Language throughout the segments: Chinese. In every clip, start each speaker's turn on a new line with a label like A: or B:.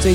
A: 最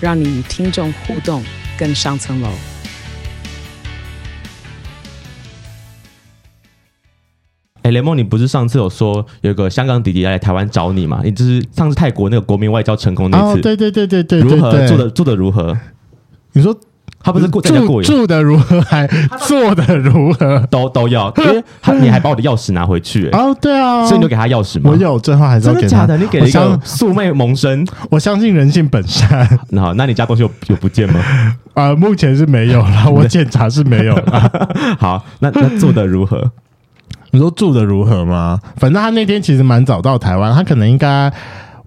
A: 让你与听众互动更上层楼。
B: 哎，雷梦，你不是上次有说有个香港弟弟来台湾找你嘛？你就是上次泰国那个国民外交成功那
C: 哦
B: 次，，
C: 对对对对对
B: 如
C: 对
B: 何
C: 对，嗯
B: 做的做的如何？
C: 你说
B: 他不是过在家
C: 住
B: 过瘾，
C: 住的如何， 还做的如何？
B: 都都要，因为他你还把我的钥匙拿回去、哎
C: 哦，对啊，
B: 所以你就给他钥匙吗？
C: 我有，最后还是要
B: 真
C: 给
B: 的
C: 他
B: 假的？你给
C: 我
B: 了一个
C: 相
B: 素昧萌生，
C: 我相信人性本善，
B: 那好，那你家东西有有不见吗？
C: 啊，目前是没有啦，我检查是没有啦。
B: 好，那那做的如何？
C: 你说住的如何吗？反正他那天其实蛮早到台湾，他可能应该。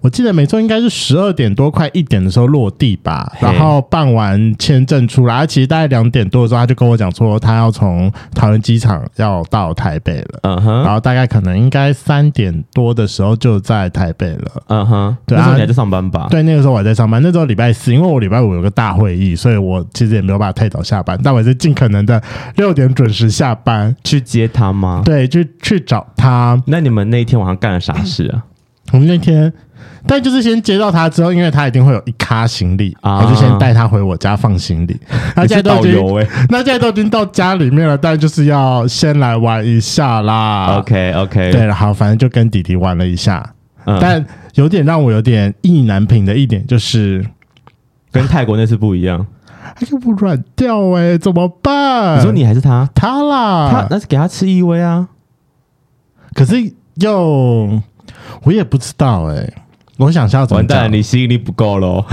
C: 我记得没错，应该是十二点多快一点的时候落地吧，
B: 嘿
C: 然后办完签证出来，他其实大概两点多的时候，他就跟我讲说他要从桃园机场要到台北了，
B: 嗯哼，
C: 然后大概可能应该三点多的时候就在台北了。
B: 嗯哼，
C: 对啊
B: 那时候你还在上班吧？
C: 对，那个时候我还在上班，那时候礼拜四，因为我礼拜五有个大会议，所以我其实也没有办法太早下班，但我还是尽可能的六点准时下班，
B: 去接他吗？
C: 对，就去找他。
B: 那你们那一天晚上干了啥事啊？
C: 我们那天，但就是先接到他之后，因为他一定会有一咖行李，
B: 啊
C: 我就先带他回我家放 行李。那
B: 你
C: 现在
B: 是
C: 都
B: 导
C: 已经，
B: 游哎、
C: 那现在都已经到家里面了，但就是要先来玩一下啦。
B: o k OK，
C: 啊对，好，反正就跟弟弟玩了一下，
B: 嗯
C: 但有点让我有点意难平的一点就是，
B: 跟泰国那次不一样。
C: 他又不软掉哎、怎么办？
B: 你说你还是他？
C: 他
B: 他
C: 啦，
B: 那是给他吃异威啊。
C: 可是又我也不知道哎、我想一下怎么
B: 完蛋了，
C: 讲。
B: 你吸引力不够喽。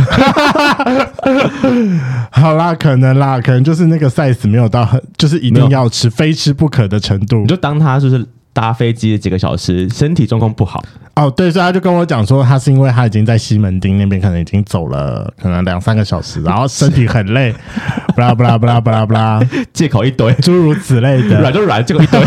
C: 好啦，可能啦，可能就是那个 size 没有到很，就是一
B: 没有
C: 定要吃，非吃不可的程度
B: 你。就当他就是搭飞机几个小时，身体状况不 好，
C: 哦，对，所以他就跟我讲说，他是因为他已经在西门町那边可能已经走了可能两三个小时，然后身体很累， 不啦不啦不啦不啦不啦，
B: 借口一堆，
C: 诸如此类
B: 软
C: 的。
B: 就软，借口一 堆。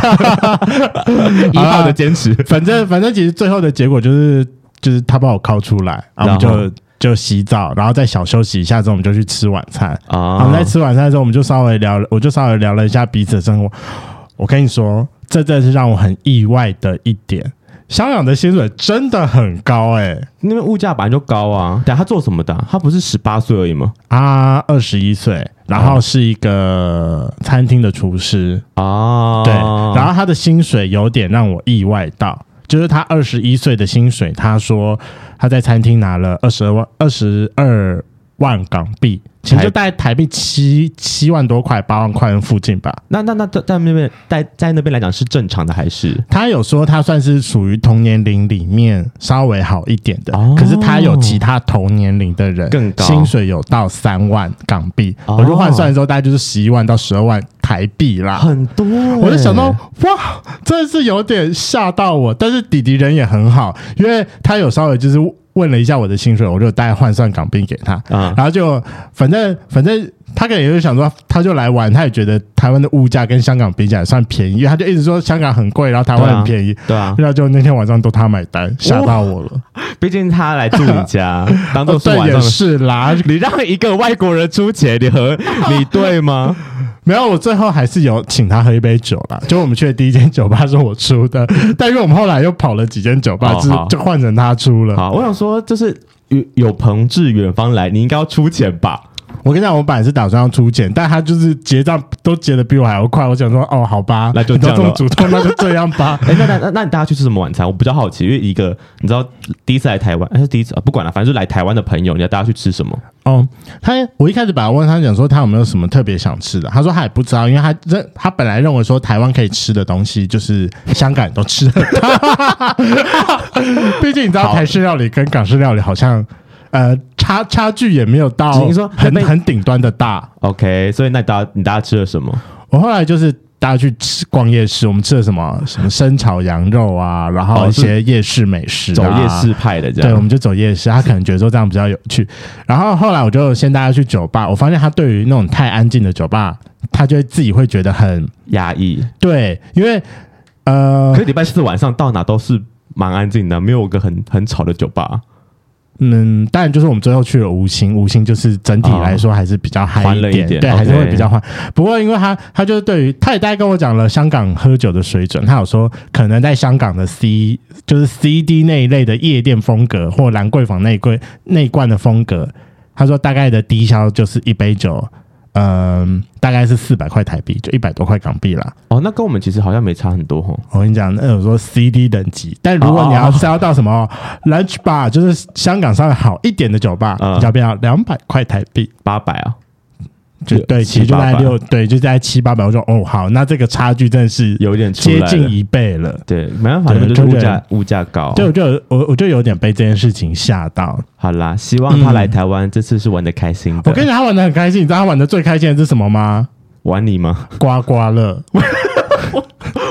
B: 一号的坚持，
C: 反正反正其实最后的结果就是就是他把我铐出来，然后我们
B: 然
C: 就就洗澡，然后再小休息一下之后，我们就去吃晚餐。我
B: 啊
C: 们在吃晚餐的时候，我们就稍微聊了，我就稍微聊了一下彼此的生活。我跟你说，这真的是让我很意外的一点。香港的薪水真的很高哎、
B: 那边物价本来就高啊。等下他做什么的啊？他不是十八岁而已吗？
C: 啊，二十一岁，然后是一个餐厅的厨师，
B: 啊，
C: 对，然后他的薪水有点让我意外到，就是他二十一岁的薪水，他说他在餐厅拿了二十万二十二万港币，其实就大概台币七七万多块，八万块附近吧。
B: 那那那在在那边在在那边来讲是正常的还是？
C: 他有说他算是属于同年龄里面稍微好一点的，
B: 哦
C: 可是他有其他同年龄的人
B: 更高
C: 薪水有到三万港币，
B: 哦
C: 我就换算的时候大概就是十一万到十二万台币啦。
B: 很多欸，
C: 啊我就想到，哇，真的是有点吓到我。但是弟弟人也很好，因为他有稍微就是问了一下我的薪水，我就大概换算港币给他，
B: 啊，
C: 然后就反正反正他可能也就想说，他就来玩，他也觉得台湾的物价跟香港比起来算便宜，因为他就一直说香港很贵，然后台湾很便宜。
B: 对啊，
C: 然后就那天晚上都他买单，吓到我了。
B: 毕竟他来住你 家，当做
C: 哦
B: 是
C: 对，
B: 晚
C: 也
B: 上的。
C: 是 啦。
B: 你 让一个外国人出钱，你和你对吗？
C: 没有，我最后还是有请他喝一杯酒 啦。就我们去的第一间酒吧是我出的， 但因为我们后来又跑了几间酒吧，
B: 哦
C: 就是
B: 好
C: 就换成他出 了。
B: 好，我想说，就是有有朋自远方来，你应该要出钱吧？
C: 我跟你讲，我本来是打算要出钱，但他就是结账都结的比我还要快。我想说，哦，好吧，
B: 那就
C: 你都
B: 这样
C: 这么
B: 了
C: 主动，那就这样 吧。
B: 哎、那那那那你大家去吃什么晚餐？我比较好奇，因为一个你知道第一次来台湾，还、是第一次、啊、不管了，反正就是来台湾的朋友，你要大家去吃什 么？
C: 哦，他我一开始本来问他讲说他有没有什么特别想吃的，他说他也不知道，因为他认他本来认为说台湾可以吃的东西就是香港都吃得到，毕竟你知道
B: 好
C: 台式料理跟港式料理好像呃差差距也没有到，
B: 你说
C: 很
B: 那
C: 很顶端的大。
B: OK，所以那大家你大家吃了什么？
C: 我后来就是大家去吃逛夜市，我们吃了什么什么生炒羊肉啊，然后
B: 哦
C: 一
B: 是
C: 些夜市美食、啊
B: 走夜市派的这
C: 对，我
B: 样。
C: 们就走夜市，他可能觉得说这样比较有趣。然后后来我就先带他去酒吧，我发现他对于那种太安静的酒吧，他就会自己会觉得很
B: 压抑。
C: 对，因为呃
B: 可是礼拜四晚上到哪都是蛮安静的，没有个很很吵的酒吧，
C: 嗯，当然就是我们最后去了吴兴，吴兴就是整体来说还是比较嗨
B: 欢乐一
C: 点，
B: 点
C: 对，
B: OK
C: 还是会比较欢。不过因为他他就是对于他也大概跟我讲了香港喝酒的水准，他有说可能在香港的 C 就是 CD 那一类的夜店风格或兰桂坊那一柜那一罐的风格，他说大概的低消就是一杯酒，嗯，大概是四百块台币，就一百多块港币啦。
B: 哦，那跟我们其实好像没差很多吼。
C: 我跟你讲，那有说 CD 等级，但如
B: 哦
C: 果你要是要到什么 lunch bar，就是香港稍微好一点的酒吧，
B: 嗯
C: 比较要两百块台币，
B: 八百啊，
C: 就
B: 六
C: 对，
B: 七
C: 其实就在
B: 八百
C: 六，对，就在七八百。我说哦，好，那这个差距真的是
B: 有点出来
C: 接
B: 了
C: 近一倍了。
B: 对，没办法，
C: 对
B: 那就是物
C: 就
B: 价物价高。
C: 对，我就有我我就有点被这件事情吓到。
B: 好啦，希望他来台湾、这次是玩的开心的。
C: 我跟你讲，他玩的很开心，你知道他玩的最开心的是什么吗？
B: 玩你吗
C: 刮刮乐。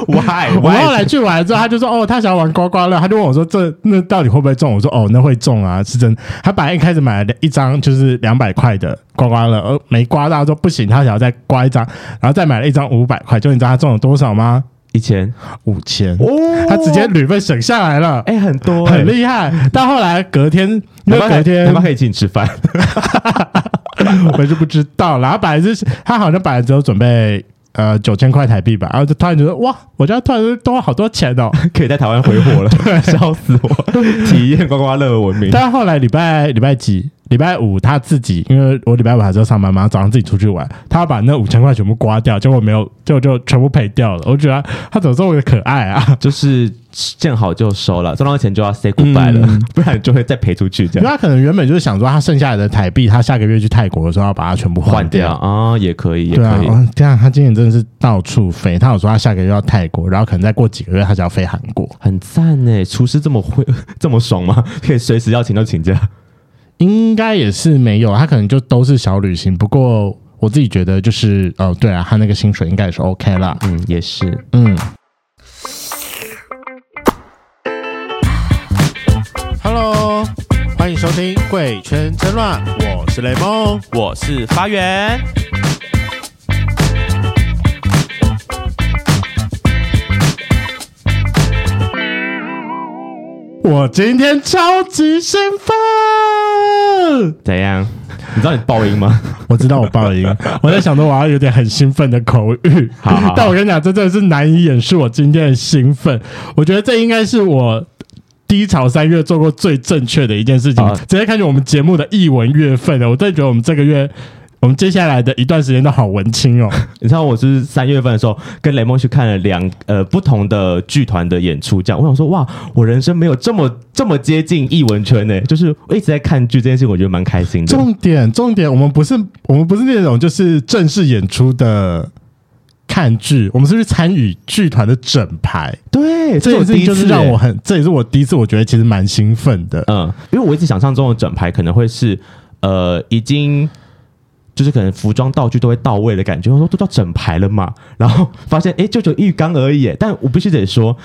B: ？Why？
C: 我后来去玩之后，他就说：“哦，他想要玩刮刮乐。”他就问我说：“这那到底会不会中？”我说：“哦，那会中啊，是真。”他本来一开始买了一张就是两百块的刮刮乐，而没刮到，说不行，他想要再刮一张，然后再买了一张五百块。就你知道他中了多少吗？
B: 一千
C: 五千。
B: 哦
C: 他直接旅费省下来了。
B: 哎、哎很多、欸，
C: 很厉害，但后来隔天，
B: 害。
C: 因为
B: 他
C: 隔天
B: 他可以请你吃饭， 哎
C: 我就不知道了。他本来是他好像本来只有准备呃九千块台币吧，然后就突然觉得哇，我觉得突然多好多钱哦，
B: 可以在台湾挥霍了， 笑死我！体验刮刮乐文明，
C: 但后来礼拜礼拜几？礼拜五他自己，因为我礼拜五还是要上班嘛，早上自己出去玩，他把那五千块全部刮掉，结果没有，就就全部赔掉了。我觉得他怎么这么可爱啊？
B: 就是见好就收了，赚到钱就要 say goodbye 了，
C: 嗯
B: 不然就会再赔出去这
C: 因为
B: 样。
C: 他可能原本就是想说，他剩下来的台币，他下个月去泰国的时候要把它全部
B: 换掉
C: 掉。
B: 啊、也可以，也
C: 对啊
B: 可，以。
C: 哦这样他今年真的是到处飞。他有说他下个月要泰国，然后可能再过几个月他就要飞韩国，
B: 很赞呢、厨师这么会 这么爽吗？可以随时要请就请假。
C: 应该也是没有，他可能就都是小旅行。不过我自己觉得就是，哦，对啊，他那个薪水应该也是 OK 啦。
B: 嗯，也是。
C: 嗯。Hello，欢迎收听《贵圈争乱》，我是雷梦。
B: 我是发源，
C: 我今天超级兴奋，
B: 怎样？你知道你爆音吗？
C: 我知道我爆 音，我在想着我要有点很兴奋的口语。
B: 好好好
C: 但我跟你讲，这真的是难以掩饰我今天的兴奋。我觉得这应该是我。低潮三月做过最正确的一件事情
B: 好，
C: 直接看见我们节目的译文月份了。我真的觉得我们这个月，我们接下来的一段时间都好文青哦。
B: 你知道我是三月份的时候跟雷梦去看了两呃不同的剧团的演出，这样我想说哇，我人生没有这么这么接近艺文圈呢、就是我一直在看剧这件事，我觉得蛮开心的。
C: 重点，重点，我们不是我们不是那种就是正式演出的看剧，我们是去参与剧团的整排。
B: 对，是
C: 这件
B: 我
C: 事
B: 第一
C: 情就是
B: 次
C: 让
B: 欸
C: 我很，这也是我第一次，我觉得其实蛮兴奋的。
B: 嗯，因为我一直想象中的整排可能会是呃已经。就是可能服装道具都会到位的感觉，我说都到整排了嘛， 然后发现诶，就只有浴缸而已耶。但我必须得说，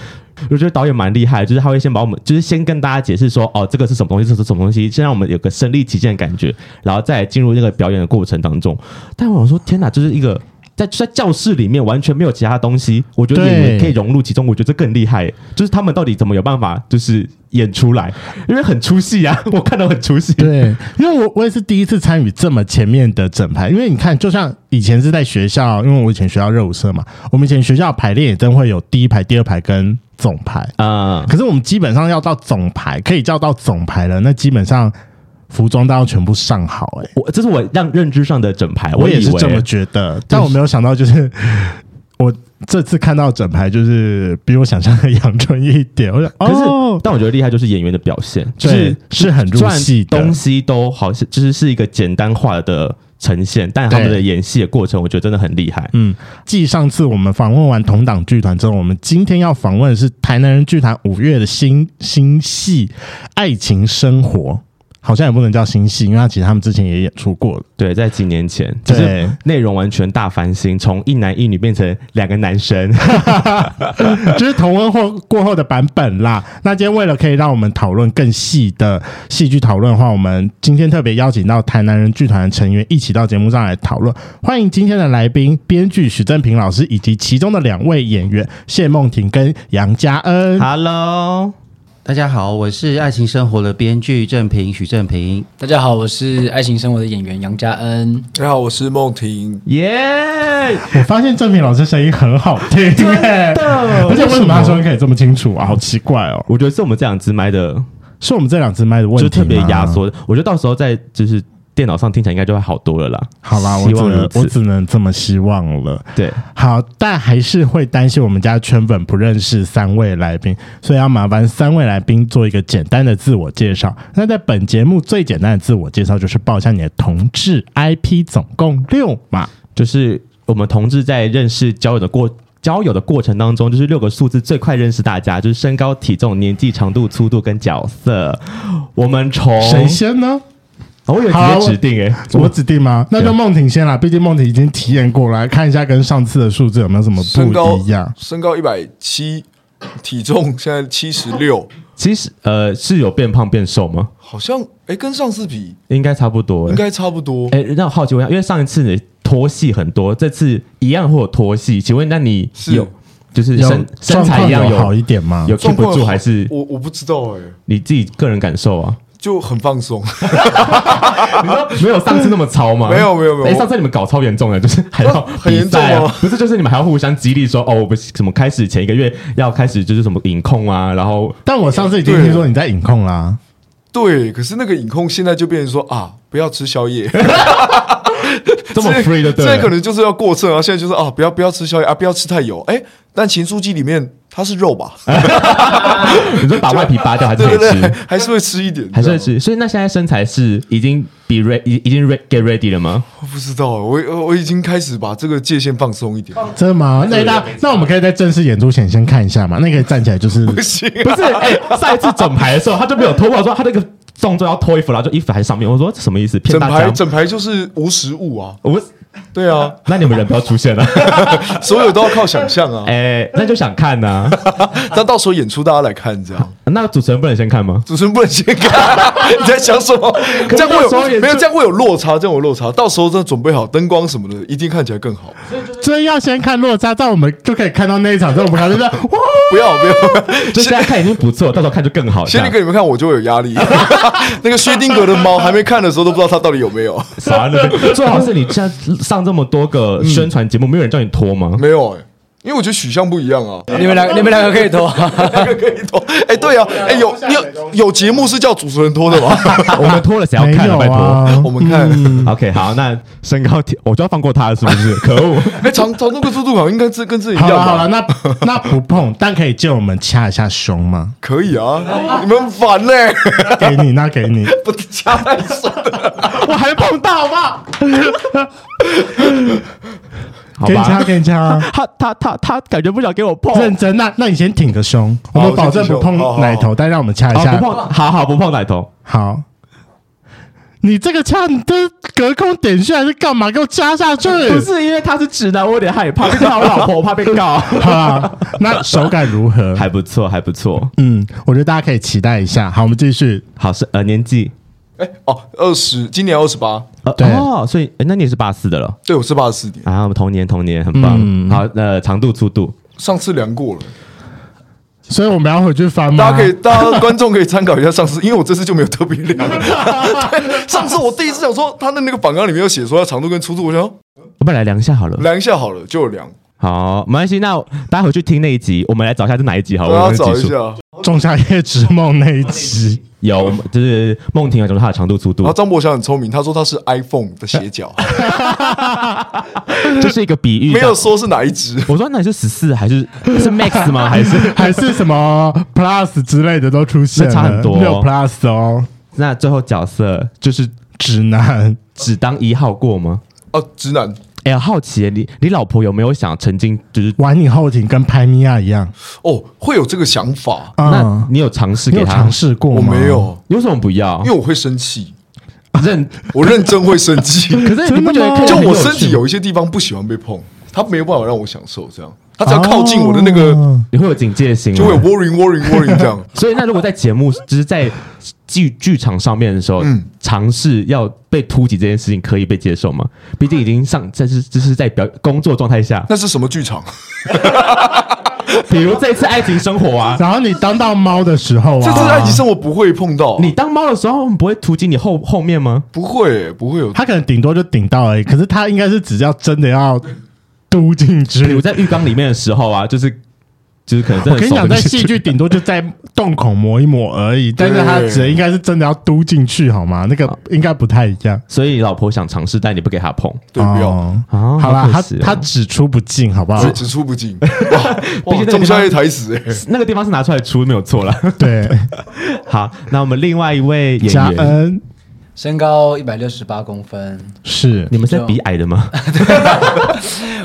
B: 我觉得导演蛮厉害的，就是他会先把我们，就是先跟大家解释说，哦，这个是什么东西，这是什么东西，先让我们有个身临其境的感觉，然后再进入那个表演的过程当中。但我想说，天哪，就是一个在就在教室里面完全没有其他东西，我觉得
C: 对
B: 你们可以融入其中，我觉得这更厉害耶。就是他们到底怎么有办法，就是演出来，因为很出戏 啊，我看到很出戏。
C: 对，因为我我也是第一次参与这么前面的整排，因为你看，就像以前是在学校，因为我以前学校热舞社嘛，我们以前学校排练也真会有第一排、第二排跟总排，
B: 啊、
C: 可是我们基本上要到总排，可以叫到总排了，那基本上服装都要全部上好、欸，
B: 我这是我让认知上的整排，
C: 我
B: 以
C: 也
B: 为
C: 是这么觉得，但我没有想 到就是。我这次看到整排就是比我想象的阳春一点，我想
B: 可是，
C: 哦，
B: 但我觉得厉害就是演员的表现，就
C: 对
B: 是
C: 是很入
B: 虽然
C: 戏的
B: 东西都好像就是是一个简单化的呈现，但他们
C: 对
B: 的演戏的过程，我觉得真的很厉害。
C: 嗯，继上次我们访问完同党剧团之后，我们今天要访问的是台南人剧团五月的新新戏《爱情生活》。好像也不能叫新戏，因为他其实他们之前也演出过了。
B: 对，在几年前，就是
C: 对
B: 内容完全大翻新，从一男一女变成两个男生。
C: 就是同温或过后的版本啦。那今天为了可以让我们讨论更细的戏剧讨论的话，我们今天特别邀请到台南人剧团的成员一起到节目上来讨论。欢迎今天的来宾，编剧许正平老师以及其中的两位演员谢梦婷跟杨佳恩。
B: Hello，
D: 大家好，我是《爱情生活》的编剧郑平许正平。
E: 大家好，我是爱情生活的演员杨佳恩。
F: 大家好，我是梦婷。
B: 耶、
C: 我发现正平老师声音很好听、欸， 而且为什么他声音可以这么清楚啊？好奇怪哦，
B: 我觉得是我们这两支麦的，
C: 是我们这两只麦的问
B: 就
C: 题
B: 是特别
C: 吗
B: 压。缩。我觉得到时候在就是电脑上听起来应该就会好多了啦。
C: 好啦，我
B: 希
C: 只
B: 望如
C: 能我
B: 此。
C: 只能这么希望了。
B: 对，
C: 好，但还是会担心我们家圈粉不认识三位来宾，所以要麻烦三位来宾做一个简单的自我介绍。那在本节目最简单的自我介绍就是报一下你的同志 IP，总共六嘛。
B: 就是我们同志在认识交友的过交友的过程当中，就是六个数字最快认识大家，就是身高、体重、年纪、长度、粗度跟角色。我们从
C: 谁先呢？
B: 哦我有直
C: 好
B: 接指 定哎、
C: 我指定吗？那
B: 对
C: 就梦婷先啦，毕竟梦婷已经体验过来，看一下跟上次的数字有没有什么
F: 身高
C: 不一样。
F: 身高一百七，体重现在七十六，
B: 其实呃是有变胖变瘦吗？
F: 好像哎、诶跟上次比
B: 应该差不多、欸，
F: 应该差不多。
B: 哎、那我好奇问一下，因为上一次你脱戏很多，这次一样会有脱戏，请问那你
F: 是
B: 有就是
C: 有
B: 身身
C: 状况
B: 材一样
C: 有好一点吗？
B: 有 keep
F: 状况
B: 不住
F: 好
B: 还是
F: 我我不知道哎、诶
B: 你自己个人感受啊？
F: 就很放松。
B: 你说没有上次那么超吗？
F: 啊没有没有没有
B: 哎、上次你们搞超严重的，就是 还要
F: 啊很严
B: 比赛啊
F: 重吗
B: 不是，就是你们还要互相激励说，哦，我们什么开始前一个月要开始就是什么影控啊，然后
C: 但我上次已经听说你在影控啦，
F: 对，可是那个影控现在就变成说啊，不要吃宵夜，
B: 这么 free 的，
F: 这
B: 对
F: 这可
B: 了。
F: 能就是要过秤啊。现在就是啊，不要不要吃宵夜啊，不要吃太油。哎、但情书记里面它是肉吧？
B: 你说把外皮扒掉啊还是
F: 对
B: 可以
F: 对对
B: 吃，，
F: 还是会吃一点，
B: 还是会
F: 你知道吗。
B: 吃。所以那现在身材是已经比 ready 已已经 re- get ready 了 吗？
F: 我不知道，我我我已经开始把这个界限放松一点。
C: 真的吗？那那那我们可以在正式演出前先看一下嘛？那可以站起来就是
F: 不行、
B: 不是，哎、上一次整排的时候他就没有脱，我说他那个动作要脱衣服，然后就衣服还上面，我说这什么意思？骗
F: 整
B: 大
F: 排
B: 家？
F: 整排就是无实物啊，
B: 我们
F: 对啊，
B: 那你们人不要出现了，啊
F: 所有都要靠想象啊。
B: 哎、那就想看 呐、
F: 那到时候演出大家来看，这样
B: 那主持人不能先看吗？
F: 主持人不能先看，你在想什么？这样会
B: 到时候演
F: 有
B: 出
F: 没有？这样会有落差，这样有落差。到时候真的准备好灯光什么的，一定看起来更好。
C: 所以要先看落差，但我们就可以看到那一场，所以我们看到 就是哇，
F: 不要不要，
B: 就现在看已经不错，到时候看就更好。这
F: 先那
B: 样
F: 给你们看，我就会有压力。那个薛定谔的猫还没看的时候，都不知道它到底有没有。
B: 啥那边？最好是你现在上这么多个宣传节目，没有人叫你脱吗？
F: 没有哎、因为我觉得取向不一样啊，
B: 哎
E: 你们两个，你们两个可以投。啊
F: 那个可以脱。哎，对啊，哎有你有有节目是叫主持人脱的吗？
B: 我们脱了谁要
C: 没
B: 看
C: 有
B: 啊？拜托。
C: 啊
F: 我，们看，
B: OK，好，那身高体我就要放过他了，是不是？可 恶！
F: 哎，长长度跟速度好像应该这跟这一
C: 好
F: 样
C: 了好
F: 吧
C: 了，？那那不碰，但可以借我们掐一下胸吗？
F: 可以啊，你们烦嘞、
C: 给你，那给你，
F: 不加太深了。
C: 我还碰到吗？
B: 好
C: 给你
B: 吧
C: 掐，，给你 掐。
B: 他他他他感觉不想给我碰，
C: 认真，那那你先挺个胸，我
F: 好
C: 们保证
F: 我先挺
C: 不
F: 胸
C: 碰
F: 好好好
C: 奶头，但让我们掐一
B: 好
C: 下
B: 哦不。碰，好好不碰奶头。
C: 好，你这个掐，你这隔空点穴还是干嘛？给我掐下去！
B: 不是因为他是直男，我有点害怕，毕竟他有老婆，我怕被告。
C: 好啊，那手感如 何？
B: 还不错，还不错。
C: 嗯，我觉得大家可以期待一下。好，我们继续。
B: 好是呃年纪，
F: 哎、哦，二十，今年二十八，
B: 呃
C: 对
B: 哦，所以、呃那你也是八四的了
F: 对我是八十四年，
B: 啊？我们同年同年，很棒。好，呃，长度粗度，
F: 上次量过了，
C: 所以我们要回去翻吗？
F: 大家可以，大家观众可以参考一下上次，因为我这次就没有特别 量。对，上次我第一次想说，他的那个榜样里面有写说要长度跟粗度，我想说
B: 我们来量一下好了。
F: 量一下好了，就有量，
B: 好，没关系，那大家回去听那一集，我们来找一下是哪一集好了。我
F: 大家
B: 们
F: 找
B: 的
F: 一
B: 集数
F: 下。
C: 仲夏夜之梦那一集，
B: 有，就是梦婷有讲出它的长度粗
F: 然后
B: 度，
F: 啊张博翔很聪明，他说他是 iPhone 的斜 角，
B: 哎这是一个比喻。
F: 没有说是哪一只。
B: 我说那你是十四还是是 max 吗？还 是
C: 还是什么 Plus 之类的都出现了，
B: 那差很多哦
C: 六 Plus 哦，
B: 那最后角色就是
C: 直男。
B: 只当一号过吗？
F: 哦，直男，
B: 哎、呀，好奇耶，你你老婆有没有想曾经就是？
F: 嗯
C: 玩你后庭跟拍米娅一样
F: 哦，会有这个想法，
B: 那
C: 啊？
B: 你有尝试
C: 你
B: 给
C: 有
B: 她？
C: 尝？试过
F: 我
C: 吗？
F: 没，有，
B: 为什么不要
F: 因？为我会生气，
B: 哦认，
F: 我认真会生气。
B: 可是你不觉得看起
F: 就
B: 来很
F: 我
B: 有
F: 身
B: 趣
F: 体有一些地方不喜欢被碰，它没有办法让我享受，这样，它只要靠近我的那个，
C: 哦
B: 你会有警戒心吗，
F: 就会有 worrying worrying worrying 这样。
B: 所以，那如果在节目，就是在剧剧场上面的时候，
C: 嗯
B: 尝试要被突击这件事情，可以被接受吗？毕竟已经上，这是这是在表工作状态下，
F: 那是什么剧场？
B: 比如这次爱情生活啊，
C: 然后你当到猫的时候
F: 这次
C: 啊，
F: 爱情生活不会碰到，
B: 你当猫的时候，我们不会突击你后后面吗？
F: 不会不会有。
C: 它可能顶多就顶到而已，可是它应该是只要真的要嘟进
B: 比
C: 去
B: 如。在浴缸里面的时候啊，就是就是可能真的
C: 我跟你
B: 手
C: 讲，在
B: 进去
C: 戏剧顶多就在洞口磨一磨而已，但是它只应该是真的要嘟进去，好吗？那个应该不太一样。
B: 所以你老婆想尝试，但你不给她 碰
F: 对，不要，
C: 哦
B: 啊
C: 好啦，
B: 可
C: 他
B: 惜哦
C: 他只出不进，好不好
F: 只？只出 不进。哇
B: 毕
F: 哇，
B: 竟那个地方
F: 种下一台词哎，
B: 那个地方是拿出来出没有错了。
C: 对，
B: 好，那我们另外一位演
C: 嘉
B: 员，
C: 恩
E: 身高一百六十八公分，
C: 是
B: 你们是在比矮的 吗？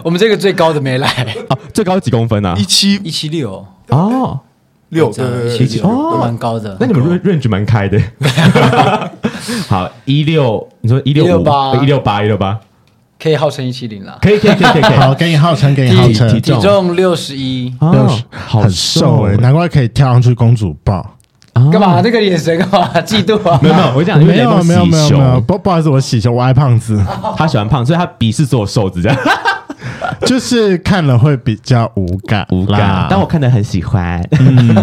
E: 我们这个最高的没来，
B: 哦，最高几公分啊
F: 一？七
E: 一七六，
B: 哦，
F: 六，
E: 这
F: 对
E: 样
F: 对
E: 一
F: 对
E: 七
F: 对
E: 六，
F: 对，
B: 哦
E: 蛮高的。
B: 那你们 range range 蛮开的。 好，一六，你说一六五
E: 168
B: 一六八，一六八，
E: 可以号称一七零啦，
B: 可以，可以，可以，可以，可以。
C: 好，给你号称，给你号
B: 体
C: 称
B: 体，重
E: 体重六十一。
B: 哦，好
C: 很瘦哎，
B: 哎，
C: 难怪可以跳上去公主抱。
B: 啊
E: 干嘛？？那个眼神干嘛？嫉妒啊
B: 没？有没哦有，我讲因为
C: 没
B: 雷
C: 有
B: 梦
C: 没有没
B: 喜
C: 有没有，
B: 熊，
C: 不不好意思，我喜熊，我爱胖子，
B: 他喜欢胖，所以他鄙视所有瘦子这样，
C: 就是看了会比较无感
B: 无
C: 啦嗯
B: 感。但我看的很喜欢。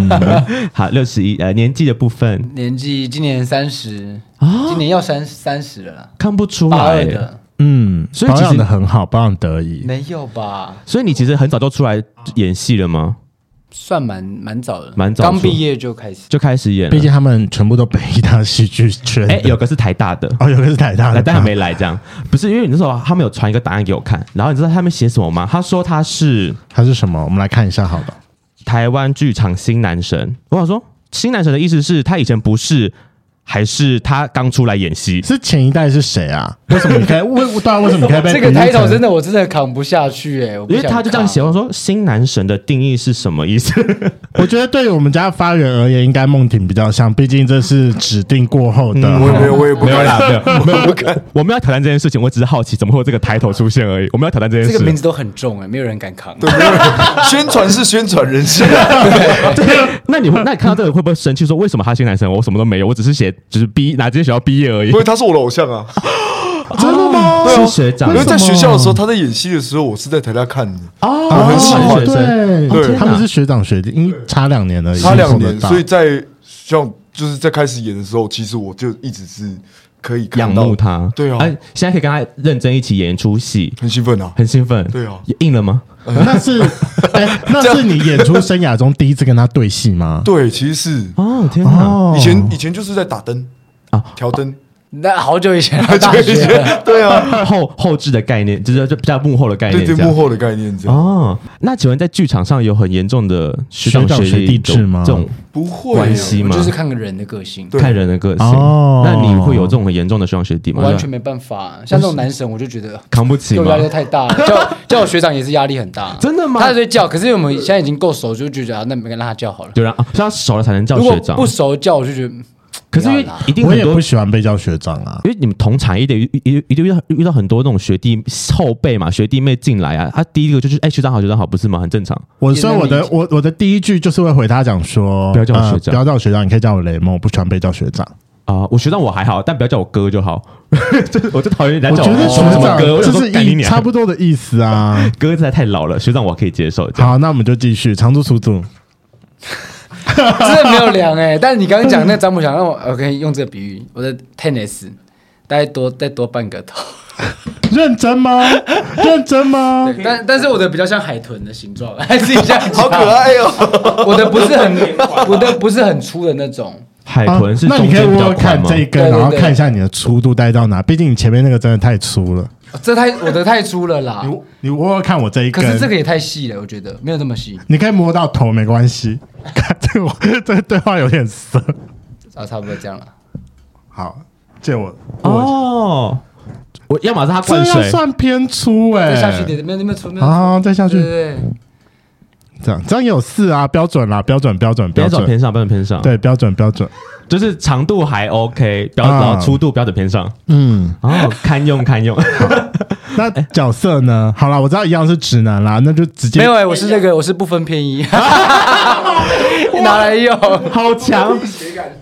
B: 好，六十一，呃，年纪的部分
E: 年纪今年三十，
B: 啊
E: 今年要三三十了啦，
B: 看不出
E: 八
B: 来
E: 二，的
C: 嗯，
B: 所以其
C: 保
B: 实
C: 养的很好，保养得宜。
E: 没有吧？
B: 所以你其实很早就出来演戏了吗？
E: 算蛮蛮早的，
B: 蛮早
E: 刚
B: 出
E: 毕业就开始。
B: 就开始演了
C: 毕？竟他们全部都北艺大戏剧圈的，
B: 哎，有个是台大的，
C: 哦有个是台大
B: 来，
C: 的，
B: 但还没来，这样不是因为你那时候他们有传一个答案给我看，然后你知道他们写什么吗？他说他是
C: 他是什么？我们来看一下好了。
B: 台湾剧场新男神。我想说，新男神的意思是他以前不是，还是他刚出来演戏？
C: 是前一代是谁啊？为什么你可以？为对啊，为什么你可 以被
E: 这个
C: 比喻成
E: title 真的我真的扛不下去哎，我不
B: 因为
E: 想
B: 他就这样
E: 扛
B: 写，我说新男神的定义是什么意思？
C: 我觉得对于我们家发源而言，应该梦婷比较像，毕竟这是指定过后的。
B: 嗯
F: 我也没有我也不
B: 没有
F: 敢
B: 啦，没有，没有。
F: 不敢。
B: 我们要挑战这件事情，我只是好奇怎么会有这个抬头出现而已。我们要挑战这件
E: 这
B: 事，
E: 个名字都很重哎，没有人敢扛。
F: 对，没 有人宣传是宣传人啊士，
B: 对。那你会，那你看到这个会不会生气？说为什么他新男神，我什么都没有，我只是写，只是毕哪间学校毕业而已
F: 因。为他是我的偶像啊。
B: 真的吗？
F: 对 啊
B: 是学长
F: 因为在学校的时候，他在演戏的时候，我是在台下看的，
B: 哦，
C: 哦
B: 我很喜欢学生。
C: 对
F: 对
C: 哦他们是学长学弟，因为差两年而已，
F: 差两
C: 你碰
F: 年，
C: 得到
F: 所以在像就是在开始演的时候，其实我就一直是可以看
B: 仰
F: 到
B: 慕他，
F: 对啊，
B: 哎，现在可以跟他认真一起演一出戏，
F: 很兴奋啊。
B: 很兴奋，
F: 对啊
B: 也硬了吗？
C: 那 是哎，那是你演出生涯中第一次跟他对戏吗？
F: 对，其实是
B: 哦，天哪！
F: 以前以前就是在打灯啊，调灯，
E: 那 好久以前，大
F: 对
E: 学了
F: 对啊，
B: 后后置的概念，就是就比较幕后的概念，
F: 对对，
B: 这样
F: 幕后的概念这样，
B: 哦。那请问在剧场上有很严重的学
C: 学长
B: 学
C: 学弟制吗
B: 这种
F: 不会
B: 关
F: 啊，
B: 系吗
E: 我？就是看个人的个性，
F: 对
B: 看人的个性。
C: 哦
B: 那你会有这种很严重的学长学弟吗？
E: 我完全没办法。像这种男神，我就觉得
B: 扛不起
E: 对我
B: 吗
E: 压？力太大了， 叫叫我学长也是压力很大。
B: 真的吗
E: 他在叫，可是我们现在已经够熟，就觉得啊，那没跟他叫好了。
B: 对啊，啊所以他熟了才能叫
E: 如果
B: 学长
E: 不。熟叫，我就觉得，嗯
B: 可是因
E: 不
B: 为
E: 要啦
B: 一定
C: 我
B: 很
C: 也
B: 多
C: 不喜欢被叫学长啊。
B: 因为你们同产业的一一一定遇到遇到很多那种学弟后辈嘛，学弟妹进来啊，他第一个就是哎、学长好学长好，不是吗？很正常。
C: 我所以我
E: 也
C: 的
E: 能理
C: 我我的第一句就是会回他讲说，
B: 不要叫我
C: 呃
B: 学长
C: 不要叫我学长，你可以叫我雷蒙，我不喜欢被叫学长。
B: 啊、我学长我还好，但不要叫我哥就好。 就是我就讨厌人家叫
C: 我觉得学
B: 什么
C: 长
B: 哥，我
C: 就
B: 想说
C: 是
B: 干你
C: 一
B: 娘
C: 差不多的意思啊。
B: 哥实在太老了，学长我可以接受。这样
C: 好，那我们就继续长租出租。
E: 真的没有量哎。但是你刚刚讲那张不想让我，我可以用这个比喻，我的 tennis 大概多再多半个头，
C: 认真 吗？认真吗？
E: 对但但是我的比较像海豚的形状， 还是一下
F: 好可，爱哦。
E: 我的不是很，我的不是很粗的那种。
B: 海豚哎是
C: 啊那
B: 中
C: 你可以
B: 间
C: 问
B: 比较
C: 问
B: 宽
C: 看
B: 吗？
C: 这一根，
E: 对对对
C: 然后看一下你的粗度带到哪。毕竟你前面那个真的太粗了，
E: 哦这太我的太粗了啦，
C: 你你问问看我这一
E: 可
C: 根，
E: 是这个也太细了，我觉得没有这么细
C: 你可以摸到头没关系。 看这个我这个对话有点色。
E: 啊，差不多这样了。
C: 好，借我。我
B: 哦，我我要么是他
C: 这
B: 灌
C: 要
B: 水，
C: 算偏粗哎、
E: 再下去一点，没有那么粗，没有那么
C: 啊，再下
E: 粗，对
C: 去，
E: 对对，
C: 这样这样也有四啊，标准啦，标准标准标
B: 标准
C: 准，
B: 偏上，标准偏上，，
C: 对，标准标准，
B: 就是长度还 OK，标
C: 啊
B: 然后粗度标准偏上，
C: 嗯，
B: 哦，堪用堪 用，
C: 那
B: 哎
C: 角色呢？好啦，我知道一样是直男啦，那就直接
E: 没有哎，我是那个，我是不分偏 移，拿来用，
B: 好强，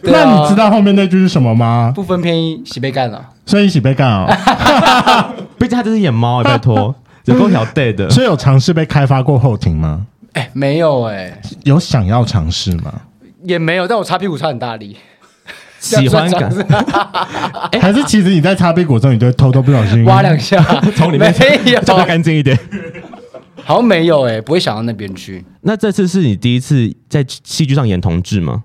E: 对
C: 那
E: 啊
C: 你知道后面那句是什么吗？
E: 不分偏移，洗被干了，
C: 所以一起被 干哦，
B: 毕竟他这是演猫，欸拜托，有够小 d 的，
C: 所以有尝试被开发过后庭吗？
E: 哎，没有哎，
C: 有想要尝试吗？
E: 也没有，但我擦屁股擦很大力，
B: 喜欢感
E: 这样算
C: 还是其实你在擦屁股的时候，你就会偷偷不小心
E: 哎挖两 下，
B: 从里面
E: 没有，
B: 叫它干净一点。
E: 好像没有哎，不会想到那边去，
B: 那这次是你第一次在戏剧上演同志吗？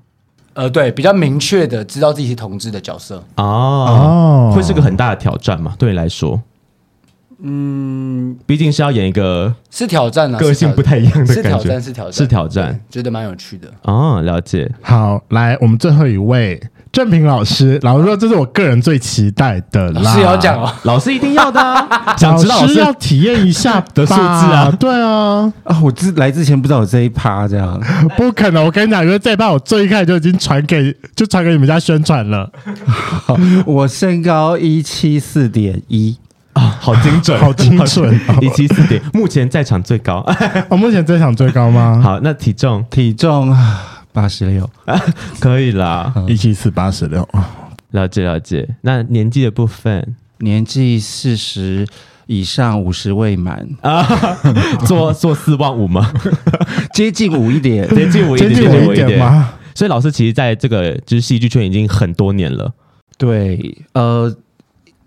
E: 呃，对，比较明确的知道自己是同志的角色，
B: 哦
C: 哦，
B: 会是个很大的挑战嘛？对你来说，嗯，毕竟是要演一个
E: 是挑战啊，
B: 个性不太一样的
E: 是
B: 感
E: 挑
B: 觉
E: 战，，是挑战，
B: 是挑战
E: 对，觉得蛮有趣的。
B: 哦，了解。
C: 好，来，我们最后一位郑平老师，老实说，这是我个人最期待的啦。
E: 老师也要讲哦，
B: 老师一定要的啊，想
C: 老
B: 知
C: 师
B: 道老师
C: 要体验一下
B: 的素质啊
C: 吧对啊，
D: 啊！我之来之前不知道有这一趴，这 样
C: 不可能！我跟你讲，因为这一半我最一开始就已经传给就传给你们家宣传了，
D: 我身高一七四点一，
B: 啊， 好精准，
C: 好精 准哦
B: 一七四点，目前在场最高。
C: 我目前这场最高吗？
B: 好，那体重
D: 体重八十六，
B: 可以啦，
C: 一七四八十六，
B: 了解了解。那年纪的部分
D: 年纪四十以上，五十未满，
B: 啊，做做四万五吗？
D: 接近五一 点。
B: 接近我一点，
C: 接近
B: 接
C: 我
B: 近
C: 一
B: 我
C: 点吗？
B: 所以老师其实在这个就是戏剧圈已经很多年了，
D: 对，呃，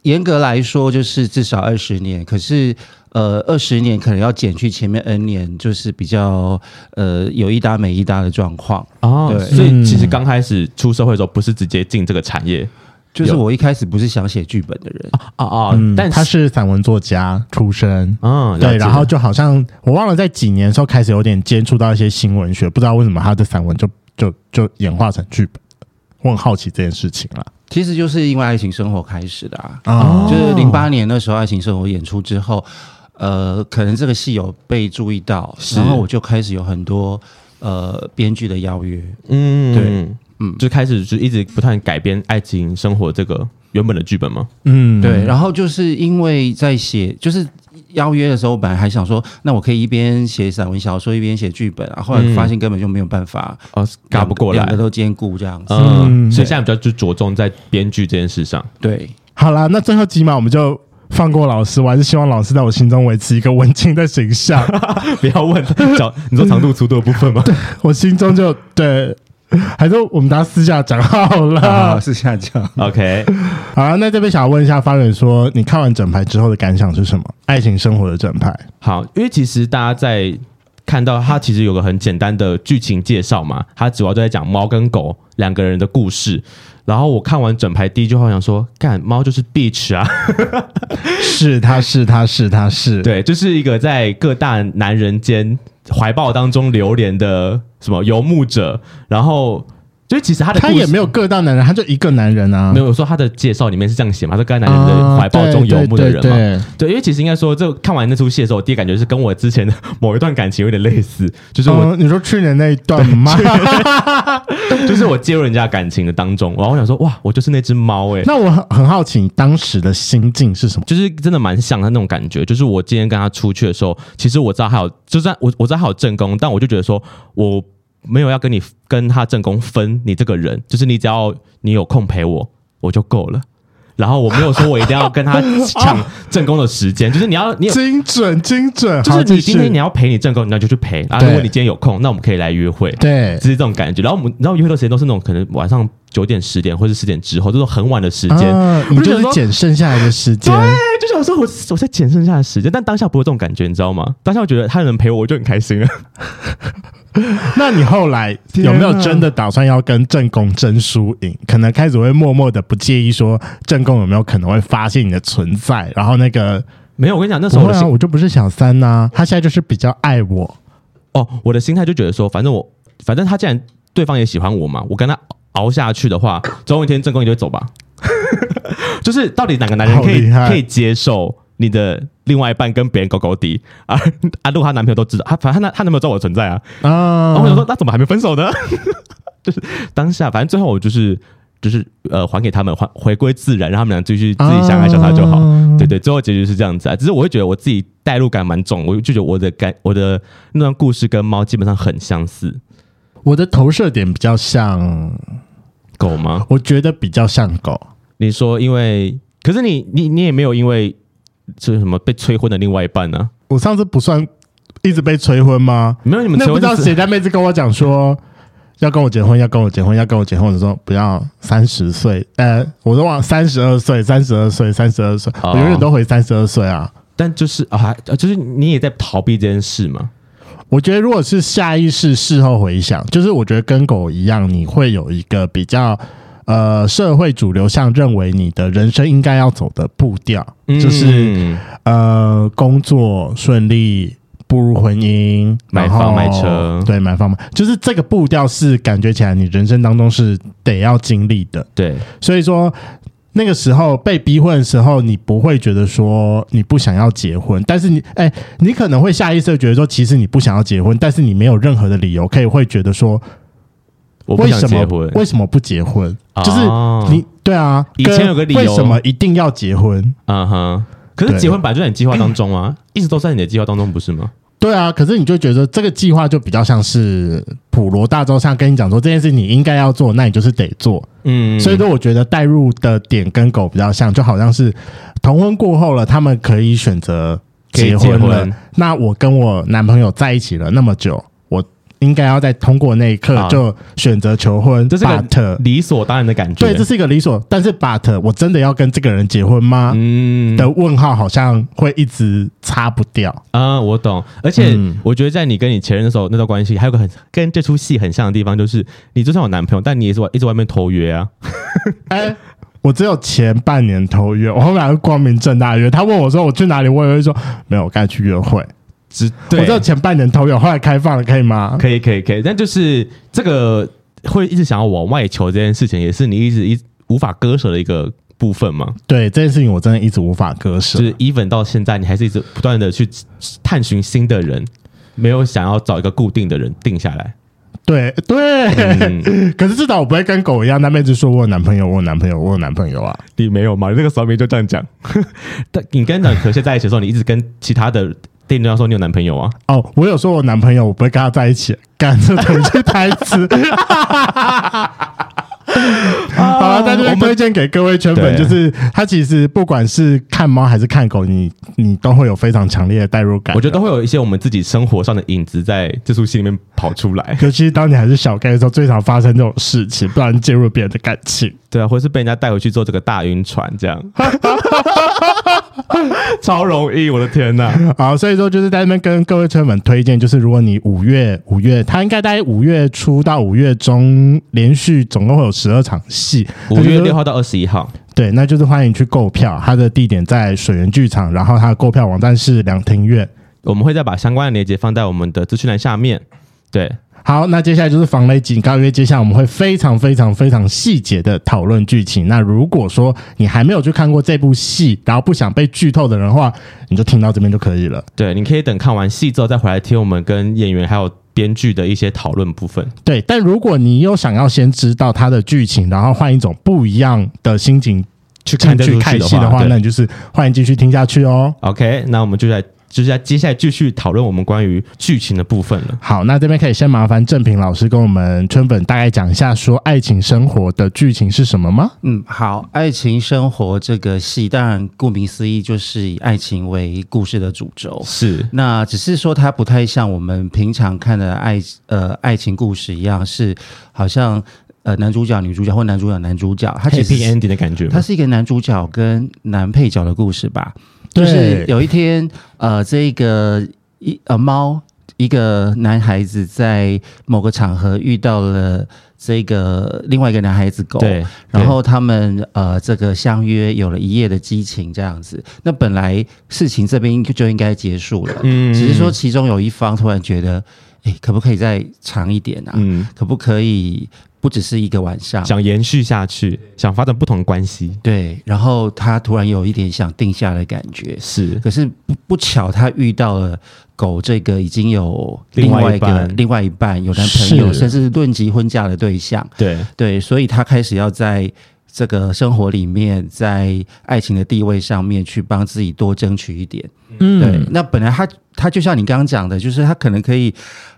D: 严格来说就是至少二十年，可是呃，二十年可能要减去前面 N 年，就是比较呃有一搭没一搭的状况。
B: 哦，
D: 对
B: 所以
C: 嗯
B: 其实刚开始出社会的时候，不是直接进这个产业
D: 就是
B: 有
D: 我一开始不是想写剧本的人，
B: 啊啊
C: 嗯，，
B: 但
C: 他是散文作家出身。
B: 嗯，了
C: 对，
B: 解
C: 然后就好像我忘了在几年的时候开始有点接触到一些新文学，不知道为什么他的散文就就就演化成剧本，我很好奇这件事情啦。
D: 其实就是因为《爱情生活》开始的啊，
B: 哦
C: 啊、
D: 就是零八年那时候《爱情生活》演出之后，呃，可能这个戏有被注意到，
B: 是
D: 然后我就开始有很多呃编剧的邀约，
B: 嗯，
D: 对，
B: 嗯，就开始就一直不断改编爱情生活这个原本的剧本吗？
C: 嗯，
D: 对，然后就是因为在写，就是邀约的时候，我本来还想说，那我可以一边写散文小说一边写剧本啊，后来发现根本就没有办法，
B: 哦，嗯嘎不过
D: 两个
B: 来，
D: 都兼顾这样子。
B: 嗯，
C: 嗯
B: 所以现在比较就着重在编剧这件事上。
D: 对，
C: 好啦，那最后几秒我们就放过老师，我还是希望老师在我心中维持一个文青的形 象，
B: 不要问 小，你说长度粗度的部 分吗？
C: 我心中就对。还是我们大家私下讲好了。
D: 啊，是下降。
B: OK，
C: 好啦，那这边想要问一下发蕊说，你看完整排之后的感想是什么？爱情生活的整排，
B: 好，因为其实大家在看到它其实有个很简单的剧情介绍嘛，它主要就在讲猫跟狗两个人的故事。然后我看完整排第一句话，我想说，干猫就是 bitch 啊，
C: 是他是他是他是，
B: 对，就是一个在各大男人间怀抱当中流连的什么游牧者。然后，就其实他的
C: 他
B: 故事
C: 也没有各大男人，他就一个男人啊，
B: 没
C: 有
B: 有说他的介绍里面是这样写嘛，他说各大男人的怀抱中游牧的人嘛。
C: 啊对对对
B: 对，因为其实应该说，这看完那出戏的时候，我第一感觉是跟我之前的 某一段感情有点类似，就是我、
C: 嗯，你说去年那一段 吗？
B: 就是我介入人家的感情的当中，然后我想说，哇，我就是那只猫哎、
C: 那我很很好奇，你当时的心境是什么？
B: 就是真的蛮像的那种感觉，就是我今天跟他出去的时候，其实我知道他有，就算我我知道他有正宫，但我就觉得说我没有要跟你跟他正宫分你这个人，就是你只要你有空陪我，我就够 了。然后我没有说我一定要跟他抢正宫的时间，就是你要你有
C: 精准精准，
B: 就
C: 好
B: 是
C: 继
B: 你
C: 续
B: 今天你要陪你正宫，那就去陪。啊，
C: 对
B: 如果你今天有空，那我们可以来约会，
C: 对
B: 只是这种感觉。然后我们，然后约会的时间都是那种可能晚上九点、十点或者十点之后，这种很晚的时间。
C: 啊，你
B: 我就
C: 就
B: 想
C: 是
B: 说
C: 捡剩下来的时间，
B: 哎，就想说我我在捡剩下的时间，但当下不会这种感觉，你知道吗？当下我觉得他能陪我，我就很开心了。
C: 那你后来有没有真的打算要跟正宫争输赢？可能开始会默默的不介意说正宫有没有可能会发现你的存在，然后那个
B: 没有，我跟你讲，那时
C: 不
B: 候我
C: 会
B: 的
C: 啊，
B: 心、
C: 我就不是小三呐、他现在就是比较爱我，
B: 哦，我的心态就觉得说，反正我反正他既然对方也喜欢我嘛，我跟他熬下去的话，总有一天正宫也就会走吧。 就是到底哪个男人可
C: 好
B: 以
C: 厉害
B: 可以接受你的另外一半跟别人狗狗敌啊啊？如果她男朋友都知道，她反正她男她男朋友知道我的存在啊，然
C: 啊
B: 后我想说，那怎么还没分手呢？ 就是当下，反正最后我就是就是呃，还给他们，还回归自然，让他们俩继续自己相爱相杀就好。
C: 啊
B: 对对，最后结局是这样子啊。只是我会觉得我自己代入感蛮重，我就觉得我的感我的那段故事跟猫基本上很相似。
C: 我的投射点比较像，
B: 狗 吗？
C: 我觉得比较像狗。
B: 你说因为，可是你你你也没有因为这什么被催婚的另外一半呢、
C: 我上次不算一直被催婚吗？
B: 没有，你们
C: 那
B: 催
C: 不
B: 婚
C: 知道
B: 是
C: 谁在妹子跟我讲说要跟我结婚，要跟我结婚，要跟我结婚，我说不要三十岁，呃，我都忘三十二岁，三十二岁，三十二岁，
B: 哦
C: 我永远都回三十二岁啊。
B: 但就是啊，还啊就是你也在逃避这件事嘛。
C: 我觉得如果是下意识事后回想，就是我觉得跟狗一样，你会有一个比较呃社会主流向认为你的人生应该要走的步调，就是
B: 嗯
C: 呃工作顺利。步入婚姻，
B: 买
C: 然后
B: 房买车
C: 对，买房买，就是这个步调是感觉起来你人生当中是得要经历的。
B: 对，
C: 所以说那个时候被逼婚的时候，你不会觉得说你不想要结婚，但是你哎、你可能会下意识地觉得说，其实你不想要结婚，但是你没有任何的理由可以会觉得说，
B: 我不
C: 为
B: 想
C: 什
B: 结
C: 么
B: 婚。
C: 为什么不结婚？
B: 哦
C: 就是你对啊，
B: 以前
C: 跟
B: 有个理由
C: 为什么一定要结婚？
B: 嗯哼，可是
C: 对
B: 结婚本来就在你计划当中啊，一直都在你的计划当中，不是吗？
C: 对啊，可是你就觉得这个计划就比较像是普罗大众上跟你讲说这件事你应该要做，那你就是得做。
B: 嗯
C: 所以说，我觉得代入的点跟狗比较像，就好像是同婚过后了，他们可以选择
B: 可
C: 结
B: 以
C: 婚
B: 结
C: 了。
B: 婚
C: 那我跟我男朋友在一起了那么久，我应该要在通过那一刻
B: 啊
C: 就选择求婚。
B: 这是个
C: but
B: 理所当然的感觉。
C: 对，这是一个理所，但是 but 我真的要跟这个人结婚吗？
B: 嗯
C: 的问号好像会一直擦不掉。
B: 啊、我懂。而且
C: 嗯
B: 我觉得在你跟你前任的时候那段关系，还有个很跟这出戏很像的地方，就是你就算有男朋友，但你也是外一直外面偷约啊。
C: 哎、我只有前半年偷约，我后来光明正大地约。他问我说我去哪里，我也会说没有，我刚才去约会。
B: 只
C: 我只有
B: 对，
C: 前半年偷约，后来开放了，可以吗？
B: 可以可以可以，但就是这个会一直想要往外求这件事情，也是你一直一无法割舍的一个部分嘛。
C: 对这件事情，我真的一直无法割舍
B: 就。是 even 到现在，你还是一直不断的去探寻新的人，没有想要找一个固定的人定下来。
C: 对对、
B: 嗯
C: 可是至少我不会跟狗一样，那妹子说我有男朋友，我有男朋友，我有男朋友啊。
B: 你没有吗？你那个时候明就这样讲。 但你跟两可蟹在一起的时候，你一直跟其他的电对象说你有男朋友啊？
C: 哦，我有说我有男朋友，我不会跟他在一起，干这同句台 词。好了，在这边推荐给各位圈粉，
B: 啊对
C: 就是他其实不管是看猫还是看狗，你你都会有非常强烈的代入感。
B: 我觉得都会有一些我们自己生活上的影子在这出戏里面跑出来。
C: 尤其是当你还是小 gay 的时候，最常发生这种事情，不然介入别人的感情。
B: 对啊，或是被人家带回去做这个大晕船这样。 超容易，我的天呐！
C: 好，所以说就是在那边跟各位车粉推荐，就是如果你五月五月，他应该大概五月初到五月中，连续总共会有十二场戏。
B: 五
C: 那就
B: 月
C: 是
B: 六，号到二十一号，
C: 对，那就是欢迎去购票，它的地点在水源剧场，然后它的购票网站是两厅院。
B: 我们会再把相关的链接放在我们的资讯栏下面。对，
C: 好，那接下来就是防雷警告，因为接下来我们会非常非常非常细节的讨论剧情。那如果说你还没有去看过这部戏，然后不想被剧透的人的话，你就听到这边就可以了。
B: 对，你可以等看完戏之后再回来听我们跟演员还有编剧的一些讨论部分。
C: 对，但如果你有想要先知道它的剧情，然后换一种不一样的心情
B: 去
C: 进
B: 看这
C: 去
B: 出
C: 看
B: 戏
C: 戏的
B: 话，
C: 话，
B: 对
C: 那你就是欢迎继续听下去哦。
B: OK，那我们就在就是在接下来继续讨论我们关于剧情的部分了。
C: 好，那这边可以先麻烦正平老师跟我们圈粉大概讲一下，说爱情生活的剧情是什么吗？
D: 嗯，好，《爱情生活》这个戏，当然顾名思义就是以爱情为故事的主轴。
B: 是，
D: 那只是说它不太像我们平常看的爱呃爱情故事一样，是好像呃男主角女主角或男主角男主角，他
B: 它
D: 其
B: Happy
D: 实
B: Ending 的感觉吗
D: 他是一个男主角跟男配角的故事吧。就是有一天，呃，这个一呃猫，一个男孩子在某个场合遇到了这个另外一个男孩子狗，
B: 对，
D: 然后他们呃这个相约有了一夜的激情这样子。那本来事情这边就应该结束了，
B: 嗯
D: 只是说其中有一方突然觉得，哎，可不可以再长一点啊？
B: 嗯
D: 可不可以不只是一个晚上。
B: 想延续下去，想发展不同的关系，
D: 对，然后他突然有一点想定下的感觉，
B: 是
D: 可是不不巧，他遇到了狗这个已经有
B: 另
D: 另
B: 外
D: 外
B: 一
D: 一个
B: 半
D: 另外一半有男朋友，
C: 是
D: 甚至是论及婚嫁的对象。
B: 对，
D: 对，所以他开始要在这个生活里面，在爱情的地位上面去帮自己多争取一点。对，
C: 嗯，
D: 那本来他他就像你刚刚讲的，就是他可能可以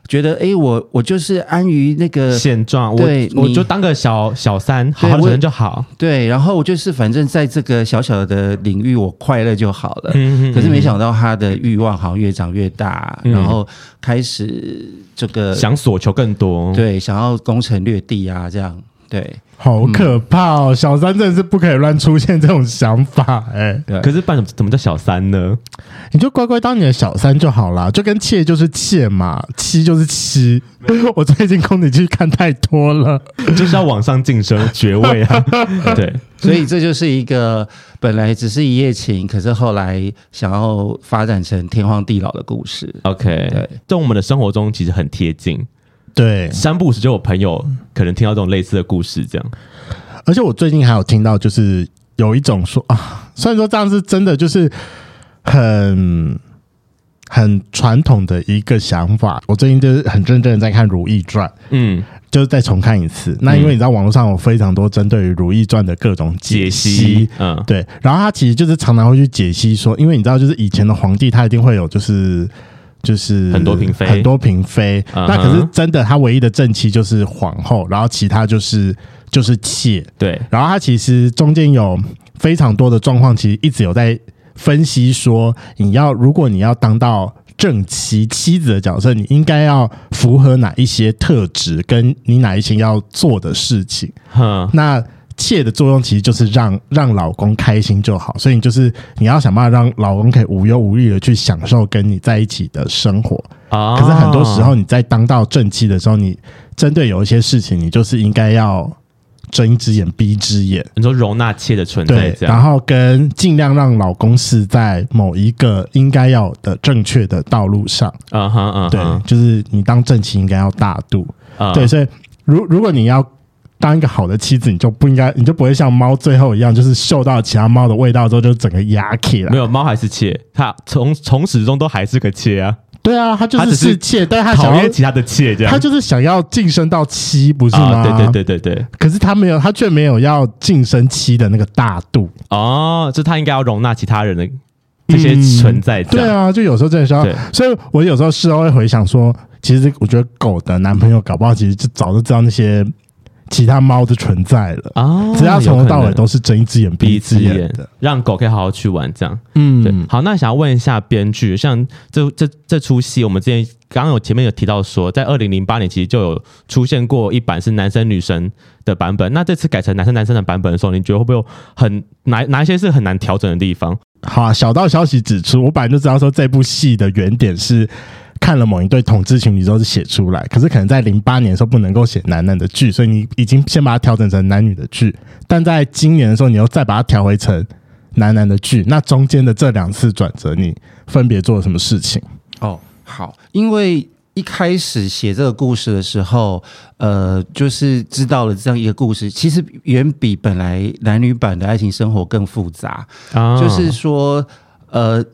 D: 觉得，诶，我我就是安于那个
B: 现状，我
D: 呃对
B: 我
D: 你
B: 就当个小小三，好
D: 对
B: 好
D: 我
B: 承认就好。
D: 对，然后我就是反正在这个小小的领域我快乐就好了。
B: 嗯嗯嗯
D: 可是没想到他的欲望好像越长越大，
B: 嗯
D: 然后开始这个
B: 想索求更多，，
D: 对想要攻城略地啊，这样对。
C: 好可怕哦！小三真的是不可以乱出现这种想法，哎，
B: 可是办怎么叫小三呢？
C: 你就乖乖当你的小三就好啦，就跟妾就是妾嘛，妻就是妻。 我最近宫女剧看太多了，
B: 就是要往上晋升爵位啊，对，
D: 所以这就是一个本来只是一夜情，可是后来想要发展成天荒地老的故事。
B: OK，
D: 对，
B: 在我们的生活中其实很贴近，
C: 对，
B: 三不五时就有朋友可能听到这种类似的故事，这样
C: 而且我最近还有听到，就是有一种说啊，虽然说这样是真的，就是很很传统的一个想法。我最近就是很认真的在看《如懿传》，
B: 嗯，
C: 就是再重看一次。那因为你知道网络上有非常多针对于《如懿传》的各种
B: 解
C: 析
B: 析，，嗯，
C: 对，然后他其实就是常常会去解析说，因为你知道，就是以前的皇帝他一定会有就是。就是
B: 很多嫔妃
C: 很多嫔妃。
B: 嗯哼
C: 那可是真的，他唯一的正妻就是皇后，然后其他就是就是妾。
B: 对，
C: 然后他其实中间有非常多的状况，其实一直有在分析说，你要如果你要当到正妻妻子的角色，你应该要符合哪一些特质，跟你哪一些要做的事情。
B: 哼，
C: 那妾的作用其实就是让让老公开心就好，所以你就是你要想办法让老公可以无忧无虑的去享受跟你在一起的生活。
B: 啊
C: 可是很多时候，你在当到正妻的时候，你针对有一些事情，你就是应该要睁一只眼闭一只眼，
B: 你说容纳妾的存在，
C: 对，
B: 这
C: 然
B: 样，
C: 后跟尽量让老公是在某一个应该要的正确的道路上。
B: 嗯哼嗯
C: 对，
B: 哼，
C: 就是你当正妻应该要大度。
B: 嗯
C: 对，，所以如如果你要当一个好的妻子，你就不应该，你就不会像猫最后一样，就是嗅到其他猫的味道之后就整个压起
B: 没
C: 来。
B: 有猫还是妾，它从从始至终都还是个妾啊，
C: 对啊，它就
B: 它只
C: 是
B: 是
C: 是妾，但是它
B: 讨
C: 想要
B: 厌，其他的妾这样，
C: 它就是想要晋升到妻，不是吗？
B: 啊，对对对对对，
C: 可是他没有，他却没有要晋升期的那个大度。
B: 哦，就他应该要容纳其他人的这些存在，这
C: 对
B: 样，
C: 啊，就有时候真的是要
B: 对，
C: 所以我有时候事后会回想说，其实我觉得狗的男朋友搞不好其实就早就知道那些其他猫的存在了，
B: 啊，
C: 只要从头到尾都
B: 是
C: 是睁一只眼闭
B: 闭
C: 一
B: 一
C: 只
B: 只
C: 眼
B: 眼
C: 的。，
B: 让狗可以好好去玩这样。对
C: 嗯，，
B: 好，那想要问一下编剧，像这这这出戏，我们之前刚刚有前面有提到说，在二零零八年其实就有出现过一版是男生女生的版本，那这次改成男生男生的版本的时候，你觉得会不会有很哪哪一些是很难调整的地方？
C: 好啊、小道消息指出，我本来就知道说这部戏的原点是。看了某一对同志情侣之后是写出来，可是可能在零八年的时候不能够写男男的剧，所以你已经先把它调整成男女的剧，但在今年的时候你又再把它调回成男男的剧，那中间的这两次转折，你分别做了什么事情？
D: 哦，好，因为一开始写这个故事的时候，呃，就是知道了这样一个故事，其实远比本来男女版的爱情生活更复杂。
B: 啊
D: 就是说，呃，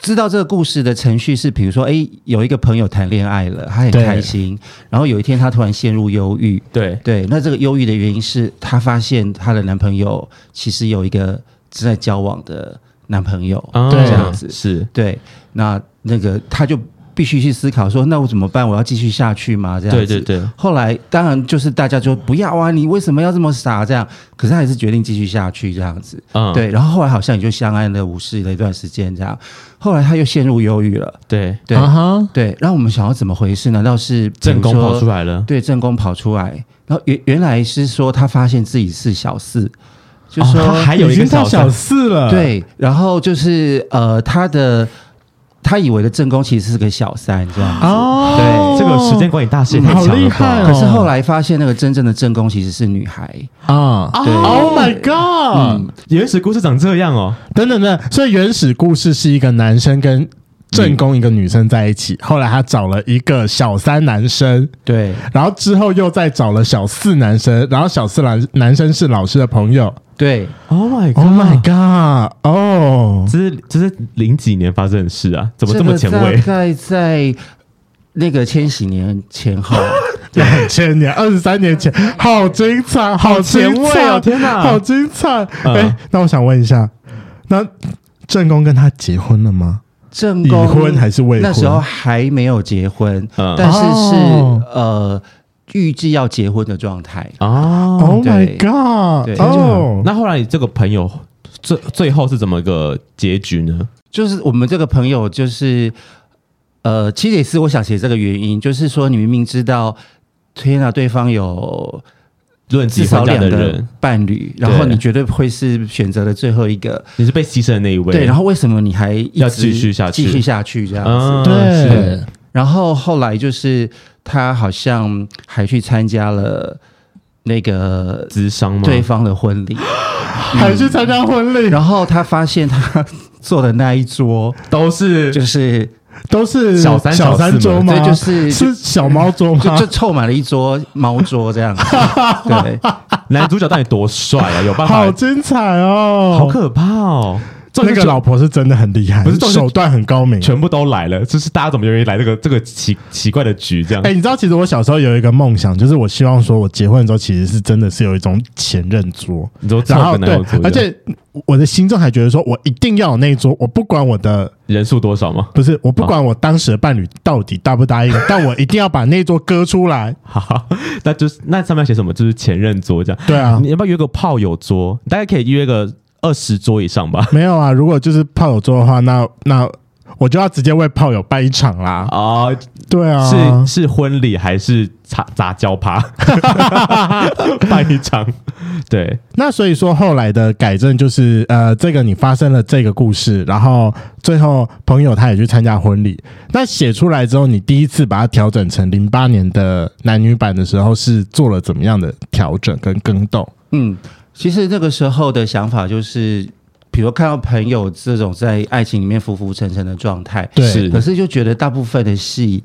D: 知道这个故事的程序是，比如说，哎、有一个朋友谈恋爱了，他很
C: 对
D: 开心，然后有一天他突然陷入忧郁，
B: 对，
D: 对，那这个忧郁的原因是她发现她的男朋友其实有一个正在交往的男朋友，
B: 啊
C: 对
D: 这样子
B: 是
D: 对，那那个她就必须去思考说，那我怎么办？我要继续下去吗？这样
B: 对
D: 子，
B: 对对，
D: 后来当然就是大家就不要啊，你为什么要这么傻这样？可是她还是决定继续下去这样子。
B: 嗯
D: 对，然后后来好像也就相安了无事了一段时间这样。后来她又陷入忧郁了，
B: 对，
D: 对、
C: 啊哈，
D: 对。然后我们想要怎么回事？难道是
B: 正宫跑出
D: 来？
B: 来了，
D: 对，正宫跑出来。然后原原来是说她发现自己是小四，就说、
B: 哦他还呃有
C: 已
B: 一个
C: 经到
B: 小
C: 小四了，，
D: 对，然后就是呃，她的她以为的正宫其实是个小三这样子。
B: 嗯
C: 哦，
D: 对
B: 这个时间管理大师也太
C: 好
B: 强
C: 厉
B: 了
C: 害
B: 吧
C: 哦！
D: 可是后来发现，那个真正的正宫其实是女孩。
C: 啊
D: 对
C: ，Oh my God！、
B: 原始故事长这样哦，
C: 等等等，所以原始故事是一个男生跟正宫一个女生在一起，后来他找了一个小三男生，
D: 对，
C: 然后之后又再找了小四男生，然后小四男男生是老师的朋友。
D: 对，
B: Oh my
C: Oh my god！哦、
B: 这是这是零几年发生的事啊，怎么这么前
D: 个
B: 卫
D: 大？概在那个千禧年 前后，
C: 两千年、二十三年前，好精彩，好
B: 前
C: 精
B: 卫
C: 彩
B: 哦天哪
C: 好精彩！哎、
B: 嗯
C: 那我想问一下，那正宫跟他结婚了吗？
D: 正
C: 已
D: 宫
C: 婚还是未婚？
D: 那时候还没有结婚，
B: 嗯
D: 但是是、
C: 哦
D: 呃预计要结婚的状态。
B: 哦，
C: Oh my
D: 对
C: god！
D: 对
C: 哦，
B: 那后来你这个朋友最最后是怎么个结局呢？
D: 就是我们这个朋友，就是呃，其实也是我想写这个原因，就是说你明明知道，天啊，对方有
B: 论及
D: 至
B: 婚
D: 少
B: 嫁的
D: 两个
B: 人，
D: 伴侣，然后
B: 对
D: 你绝对会是选择的最后一个，
B: 你是被牺牲的那一位，
D: 对，然后为什么你还一直
B: 要继续下去
D: 继续下去这样子？
B: 嗯
C: 对
B: 是，
D: 然后后来就是他好像还去参加了那个
B: 智商吗？
D: 对方的婚礼，
C: 还去参加婚礼，
D: 然后他发现他 做的那一桌
B: 都是
D: 就是
C: 都是
B: 小三
C: 小
B: 小四
C: 三
B: 嘛
C: 桌吗？
D: 对就是
C: 是小猫桌
D: 就
C: 吗
D: 就？凑满了一桌猫 桌这样子，对，
B: 男主角到底多帅啊？有办
C: 好
B: 法？
C: 精彩哦！
B: 好可怕哦！重
C: 那
B: 点是
C: 个老婆是真的很厉害，
B: 不是重点是
C: 手段很高明。
B: 全部都来了，就是大家怎么愿意来这个这个奇奇怪的局这样？
C: 哎、你知道，其实我小时候有一个梦想，就是我希望说，我结婚之后其实是真的是有一种前任桌，
B: 你说
C: 然
B: 凑
C: 后
B: 个男
C: 对
B: 友组，，
C: 而且我的心中还觉得说，我一定要有那一桌，我不管我的
B: 人数多少吗？
C: 不是，我不管我当时的伴侣到底答不答应，但我一定要把那一桌割出来。
B: 哈哈，那就是那上面要写什么？就是前任桌这样。
C: 对啊
B: 你，要不要约个炮友桌？大概可以约个二十桌以上吧。
C: 没有啊，如果就是炮友桌的话，那那我就要直接为炮友办一场啦。
B: 啊、
C: 对啊，
B: 是是婚礼还是杂杂交趴？ 办一场，对，
C: 那所以说后来的改正就是，呃，这个你发生了这个故事，然后最后朋友他也去参加婚礼。那写出来之后，你第一次把它调整成零八年的男女版的时候，是做了怎么样的调整跟更动？
D: 嗯，其实那个时候的想法就是，比如看到朋友这种在爱情里面浮浮沉沉的状态，
C: 对
B: 是
D: 可是就觉得大部分的戏，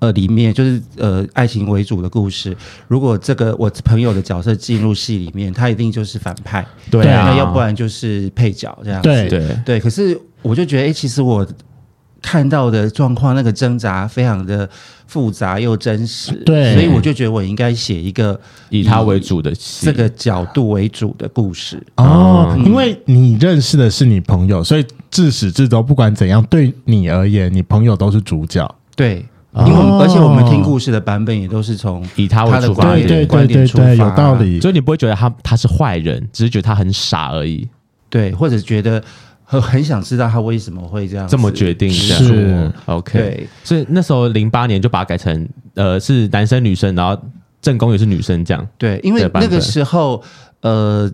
D: 呃，里面就是呃爱情为主的故事，如果这个我朋友的角色进入戏里面，他一定就是反派，
B: 对啊
D: 那要不然就是配角这样子，
C: 对
B: 对，
D: 对，可是我就觉得，哎、其实我看到的状况，那个挣扎非常的复杂又真实，
C: 对
D: 所以我就觉得我应该写一个
B: 以他为主的戏，
D: 这个角度为主的故事。
C: 哦，因为你认识的是你朋友，所以自始至终不管怎样，对你而言，你朋友都是主角。
D: 对，
C: 哦
D: 因为我们、而且我们听故事的版本也都是从
B: 以他为
D: 他的
B: 出发
D: 观
B: 点，
D: 点
C: 对对
D: 观点
C: 对
D: 出
C: 对，
D: 发
C: 有道理。
B: 所以你不会觉得他他是坏人，只是觉得他很傻而已，
D: 对，或者觉得很很想知道他为什么会这样子
B: 这么决定这样
C: 是
B: OK。
D: 啊对
B: 所以那时候零八年就把它改成呃是男生女生，然后正宫也是女生这样。
D: 对，因为
B: 的版
D: 那
B: 本
D: 个时候呃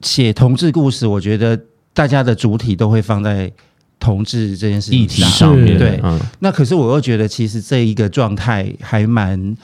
D: 写同志故事，我觉得大家的主体都会放在同志这件事
B: 议题
D: 情上。
B: 上面，
D: 对
B: 嗯，
D: 那可是我又觉得，其实这一个状态还蛮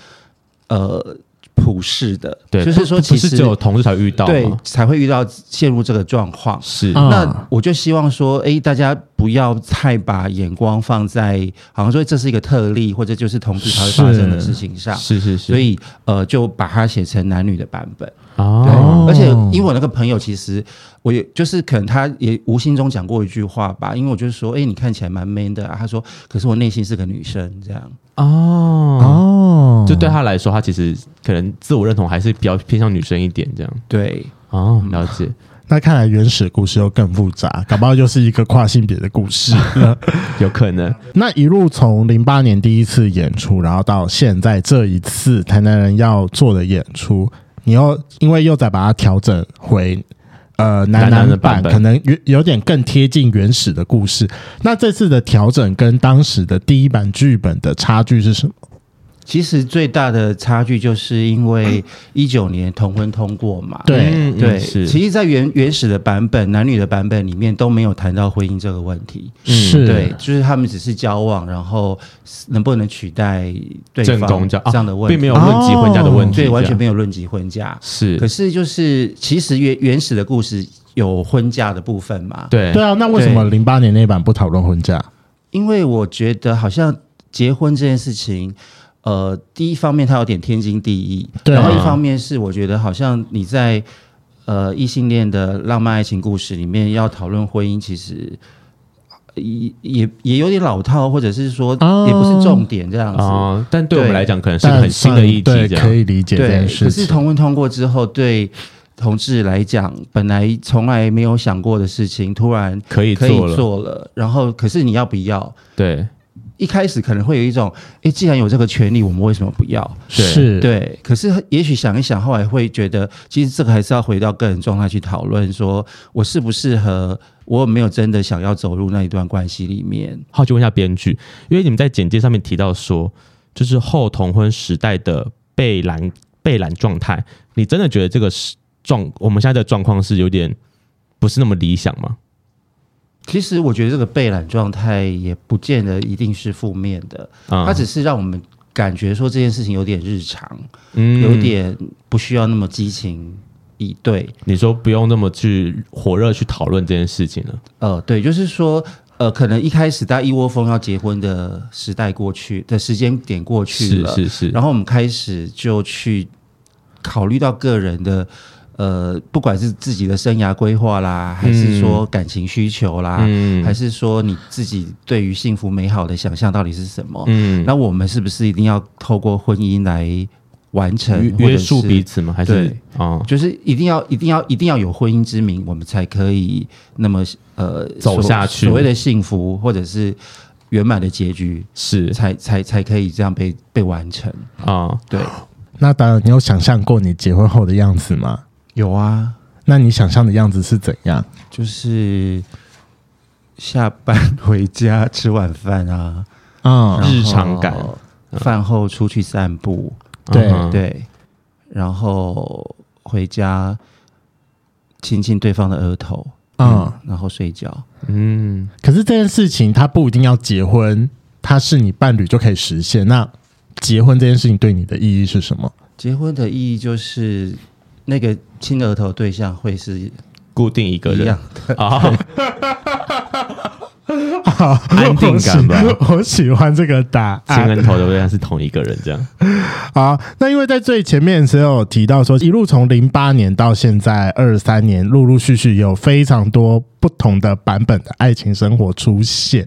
D: 呃普世的，
B: 对，
D: 就是说
B: 不
D: 其
B: 不是
D: 实
B: 只有同事才会遇到
D: 对
B: 吗？
D: 才会遇到陷入这个状况。
B: 是，
C: 啊
D: 那我就希望说，哎、大家不要太把眼光放在好像说这是一个特例，或者就是同志才会发生的事情上。
B: 是是是，
D: 所以，呃，就把它写成男女的版本。
B: 哦，
D: 而且，因为我那个朋友，其实我也就是可能他也无形中讲过一句话吧，因为我就说，哎、你看起来蛮 man 的、啊。他说，可是我内心是个女生，这样。
B: 哦，
C: 哦，
B: 就对他来说，他其实可能自我认同还是比较偏向女生一点这样。
D: 对，
B: 哦，了解。
C: 那看来原始故事又更复杂，搞不好又是一个跨性别的故事。
B: 有可能，
C: 那一路从零八年第一次演出，然后到现在这一次台南人要做的演出，你又因为又再把它调整回呃
B: 南
C: 南
B: 南
C: 南
B: 的版
C: 版，
B: 本
C: 可能有有点更贴近原始的故事。那这次的调整跟当时的第一版剧本的差距是什么？
D: 其实最大的差距就是因为一九年同婚通过嘛，
C: 对
B: 嗯
D: 对，
B: 嗯是，
D: 其实，在原原始的版本、男女的版本里面都没有谈到婚姻这个问题，
C: 是
B: 嗯
D: 对，就是他们只是交往，然然后能不能取代对
B: 正
D: 方
B: 宫
D: 这
B: 这样啊
D: 样的问
B: 并没
D: 题，
B: 有论及婚嫁的问题，
D: 对，完
B: 这
D: 全
B: 样
D: 没有论及婚嫁。可
B: 是，
D: 是就是其实原原始的故事有婚嫁的部分嘛，
B: 对
D: 啊
C: 对啊，那为什么零八年那版不讨论婚嫁？
D: 因为我觉得好像结婚这件事情，呃，第一方面它有点天经地义，
C: 对啊
D: 然后一方面是我觉得好像你在呃异性恋的浪漫爱情故事里面要讨论婚姻，其实。也也也有点老套，或者是说
C: 哦
D: 也不是重点这样子。
B: 啊，但对我们
D: 对
B: 来讲，可能是个很新的议题，
C: 对，
B: 这
C: 可
B: 样
C: 以理解这
D: 对
C: 件，
D: 可
C: 事情。
D: 是同婚通过之后，对同志来讲，本来从来没有想过的事情，突然
B: 可以
D: 可
B: 做
D: 以
B: 了，
D: 做了。然后，可是你要不要？
B: 对
D: 一开始可能会有一种，诶，既然有这个权利，我们为什么不要？
C: 是，
D: 对，可是也许想一想，后来会觉得，其实这个还是要回到个人状态去讨论，说我适不适合，我有没有真的想要走入那一段关系里面。
B: 好奇问一下编剧，因为你们在简介上面提到说，就是后同婚时代的被拦被拦状态，你真的觉得这个是状我们现在的状况是有点不是那么理想吗？
D: 其实我觉得这个被懒状态也不见得一定是负面的，
B: 啊、
D: 它只是让我们感觉说这件事情有点日常，
B: 嗯
D: 有点不需要那么激情以对。
B: 你说不用那么去火热去讨论这件事情了，
D: 呃，对，就是说，呃，可能一开始大家一窝蜂要结婚的时代过去的时间点过去
B: 是
D: 了，
B: 是是，
D: 然后我们开始就去考虑到个人的。呃，不管是自己的生涯规划啦，还是说感情需求啦，
B: 嗯
D: 还是说你自己对于幸福美好的想象到底是什么？
B: 嗯，
D: 那我们是不是一定要透过婚姻来完成
B: 嗯约
D: 或者
B: 约束
D: 是
B: 彼此吗？还是
D: 对
B: 啊、
D: 就是一定要一定要一定要有婚姻之名，我们才可以那么呃
B: 走
D: 所
B: 下去
D: 所谓的幸福或者是圆满的结局，
B: 是
D: 才才才可以这样被被完成。
B: 啊、
D: 对，
C: 那当然，你有想象过你结婚后的样子吗？
D: 有啊，
C: 那你想象的样子是怎样？
D: 就是下班回家吃晚饭啊，
C: 嗯
D: 然后
B: 日常感，
D: 饭后出去散步，
C: 对
B: 嗯哼，
D: 对，然后回家亲亲对方的额头，
C: 嗯，
D: 然后睡觉。
B: 嗯，
C: 可是这件事情它不一定要结婚，它是你伴侣就可以实现。那结婚这件事情对你的意义是什么？
D: 结婚的意义就是那个亲额头对象会是一
B: 固定一个人
D: 样
B: 啊、
D: 的，
B: 安定感 吧 啊
C: 我喜我喜欢这个答
D: 啊
B: 亲
C: 案
B: 跟头的对象是同一个人，这样
C: 好，那因为在最前面的时候有提到说，一路从零八年到现在二三年，陆陆续续有非常多不同的版本的爱情生活出现。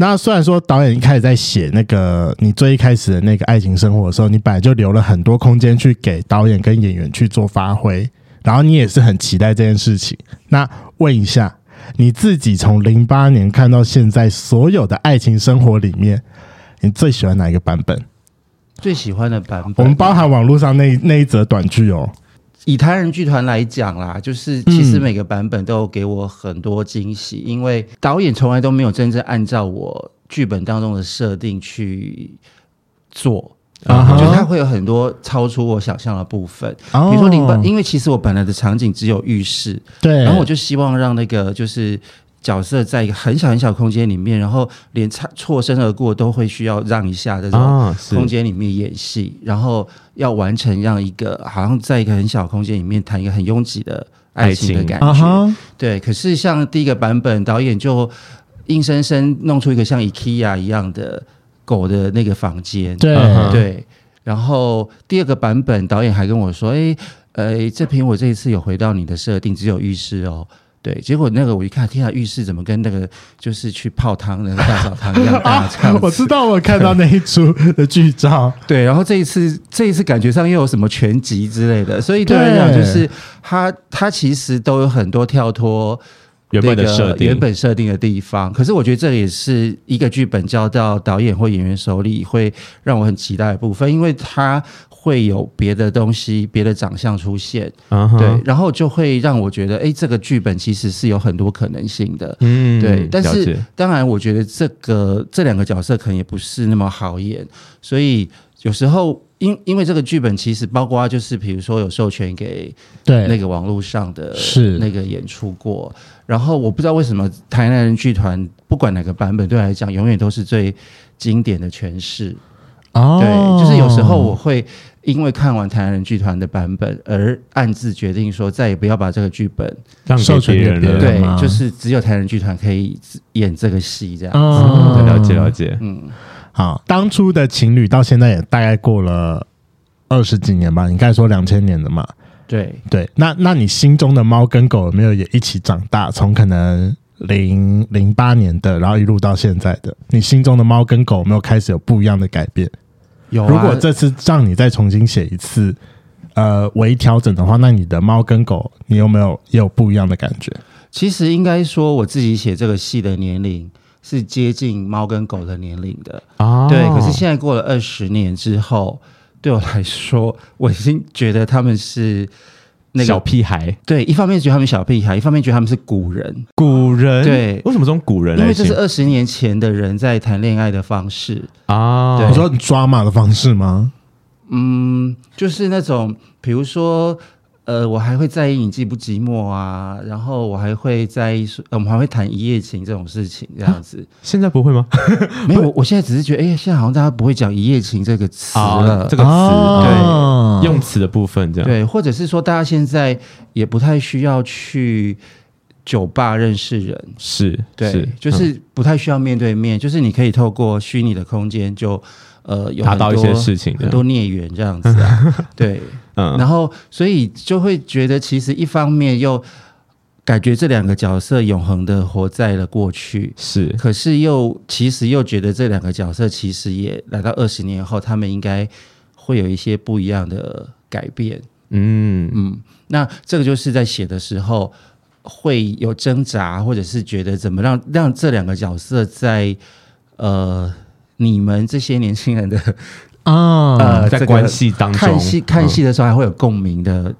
C: 那虽然说导演一开始在写那个你最一开始的那个爱情生活的时候，你本来就留了很多空间去给导演跟演员去做发挥，然后你也是很期待这件事情。那问一下，你自己从零八年看到现在所有的爱情生活里面，你最喜欢哪一个版本？
D: 最喜欢的版本。
C: 我们包含网络上那那一则短剧哦，
D: 以台人剧团来讲啦，就是
C: 嗯
D: 其实每个版本都有给我很多惊喜，因为导演从来都没有真正按照我剧本当中的设定去做。
C: 啊哈哦
D: 就是它会有很多超出我想象的部分，比如说零八，因为其实我本来的场景只有浴室，
B: 嗯
C: 对，
D: 然后我就希望让那个就是角色在一个很小很小的空间里面，然后连擦错身而过都会需要让一下这种
B: 啊，是
D: 空间里面演戏，然后要完成让一个好像在一个很小的空间里面谈一个很拥挤的爱情的
B: 爱情
D: 感
C: 啊
D: 觉。
C: 哈，
D: 对，可是像第一个版本，导演就硬生生弄出一个像 IKEA 一样的狗的那个房间。
C: 对
B: 嗯哼
D: 对，然后第二个版本导演还跟我说：“哎，呃，这瓶我这一次有回到你的设定，只有浴室哦。”对，结果那个我一看，天啊，浴室怎么跟那个就是去泡汤的那个大澡堂一样大？
C: 啊
D: 这样，子
C: 我知道，我看到那一出的剧照，
D: 对，然后这一次这一次感觉上又有什么全集之类的，所以对我来讲，
C: 对
D: 就是他他其实都有很多跳脱
B: 原本的设
D: 那个
B: 定，
D: 原本设定的地方。可是我觉得这也是一个剧本交到导演或演员手里会让我很期待的部分，因为他会有别的东西、别的长相出现，
B: 啊哈
D: 对，，然后就会让我觉得，哎，这个剧本其实是有很多可能性的。
B: 嗯
D: 对，但
B: 了
D: 是
B: 解
D: 当然，我觉得这个这两个角色可能也不是那么好演，所以有时候因因为这个剧本其实包括就是比如说有授权给
C: 对，
D: 那个网络上的
C: 哎是
D: 那个演出过，然后我不知道为什么台南人剧团不管哪个版本对我来讲永远都是最经典的诠释，
C: 哦，
D: 对，就是有时候我会因为看完台南人剧团的版本而暗自决定说，再也不要把这个剧本
B: 让
C: 授
B: 给
C: 权
B: 别
C: 给
B: 人
C: 别
B: 了。
C: 人
D: 对
C: 吗，
D: 就是只有台南人剧团可以演这个戏这样。
C: 嗯，
B: 了解了解。
D: 嗯，
C: 好，当初的情侣到现在也大概过了二十几年吧，你刚才说两千年的嘛，
D: 对，
C: 对，那那你心中的猫跟狗有没有也一起长大？从可能零零八年的，然后一路到现在的，你心中的猫跟狗有没有开始有不一样的改变？
D: 有、啊。
C: 如果这次让你再重新写一次，呃，微调整的话，那你的猫跟狗，你有没有也有不一样的感觉？
D: 其实应该说，我自己写这个戏的年龄是接近猫跟狗的年龄的。
B: 哦
D: 对，可是现在过了二十年之后，对我来说，我已经觉得他们是那
B: 小
D: 个
B: 屁孩，
D: 对，一方面觉得他们小屁孩，一方面觉得他们是古人，
B: 古人
D: 对
B: 为什么这种古人
D: 因
B: 来
D: 为这
B: 形
D: 是
B: 容
D: 二十年前的人在谈恋爱的方式。
B: 啊？
D: 对
C: 你说你抓马的方式吗？
D: 嗯，就是那种，比如说，呃，我还会在意你寂不寂寞啊，然后我还会在意说，呃我们还会谈一夜情这种事情，这样子。
B: 现在不会吗？
D: 没有，我我现在只是觉得，哎、现在好像大家不会讲一夜情这个词了。
B: 啊，这个词
C: 哦
B: 对啊用词的部分这样。
D: 对，或者是说，大家现在也不太需要去酒吧认识人，
B: 是，
D: 对，
B: 是嗯
D: 就是不太需要面对面，就是你可以透过虚拟的空间就呃有
B: 达
D: 很
B: 到一
D: 多
B: 些事情这
D: 很
B: 样
D: 多孽缘这样子 啊，对，
B: 嗯
D: 然后所以就会觉得，其实一方面又感觉这两个角色永恒的活在了过去，
B: 是
D: 可是又其实又觉得这两个角色其实也来到二十年后，他们应该会有一些不一样的改变。
B: 嗯
D: 嗯，那这个就是在写的时候会有挣扎，或者是觉得怎么让让这两个角色在呃你们这些年轻人的
C: 啊，
D: 呃
B: 在
D: 这个
B: 关系当中
D: 看戏看
B: 嗯
D: 戏的时候还会有共鸣的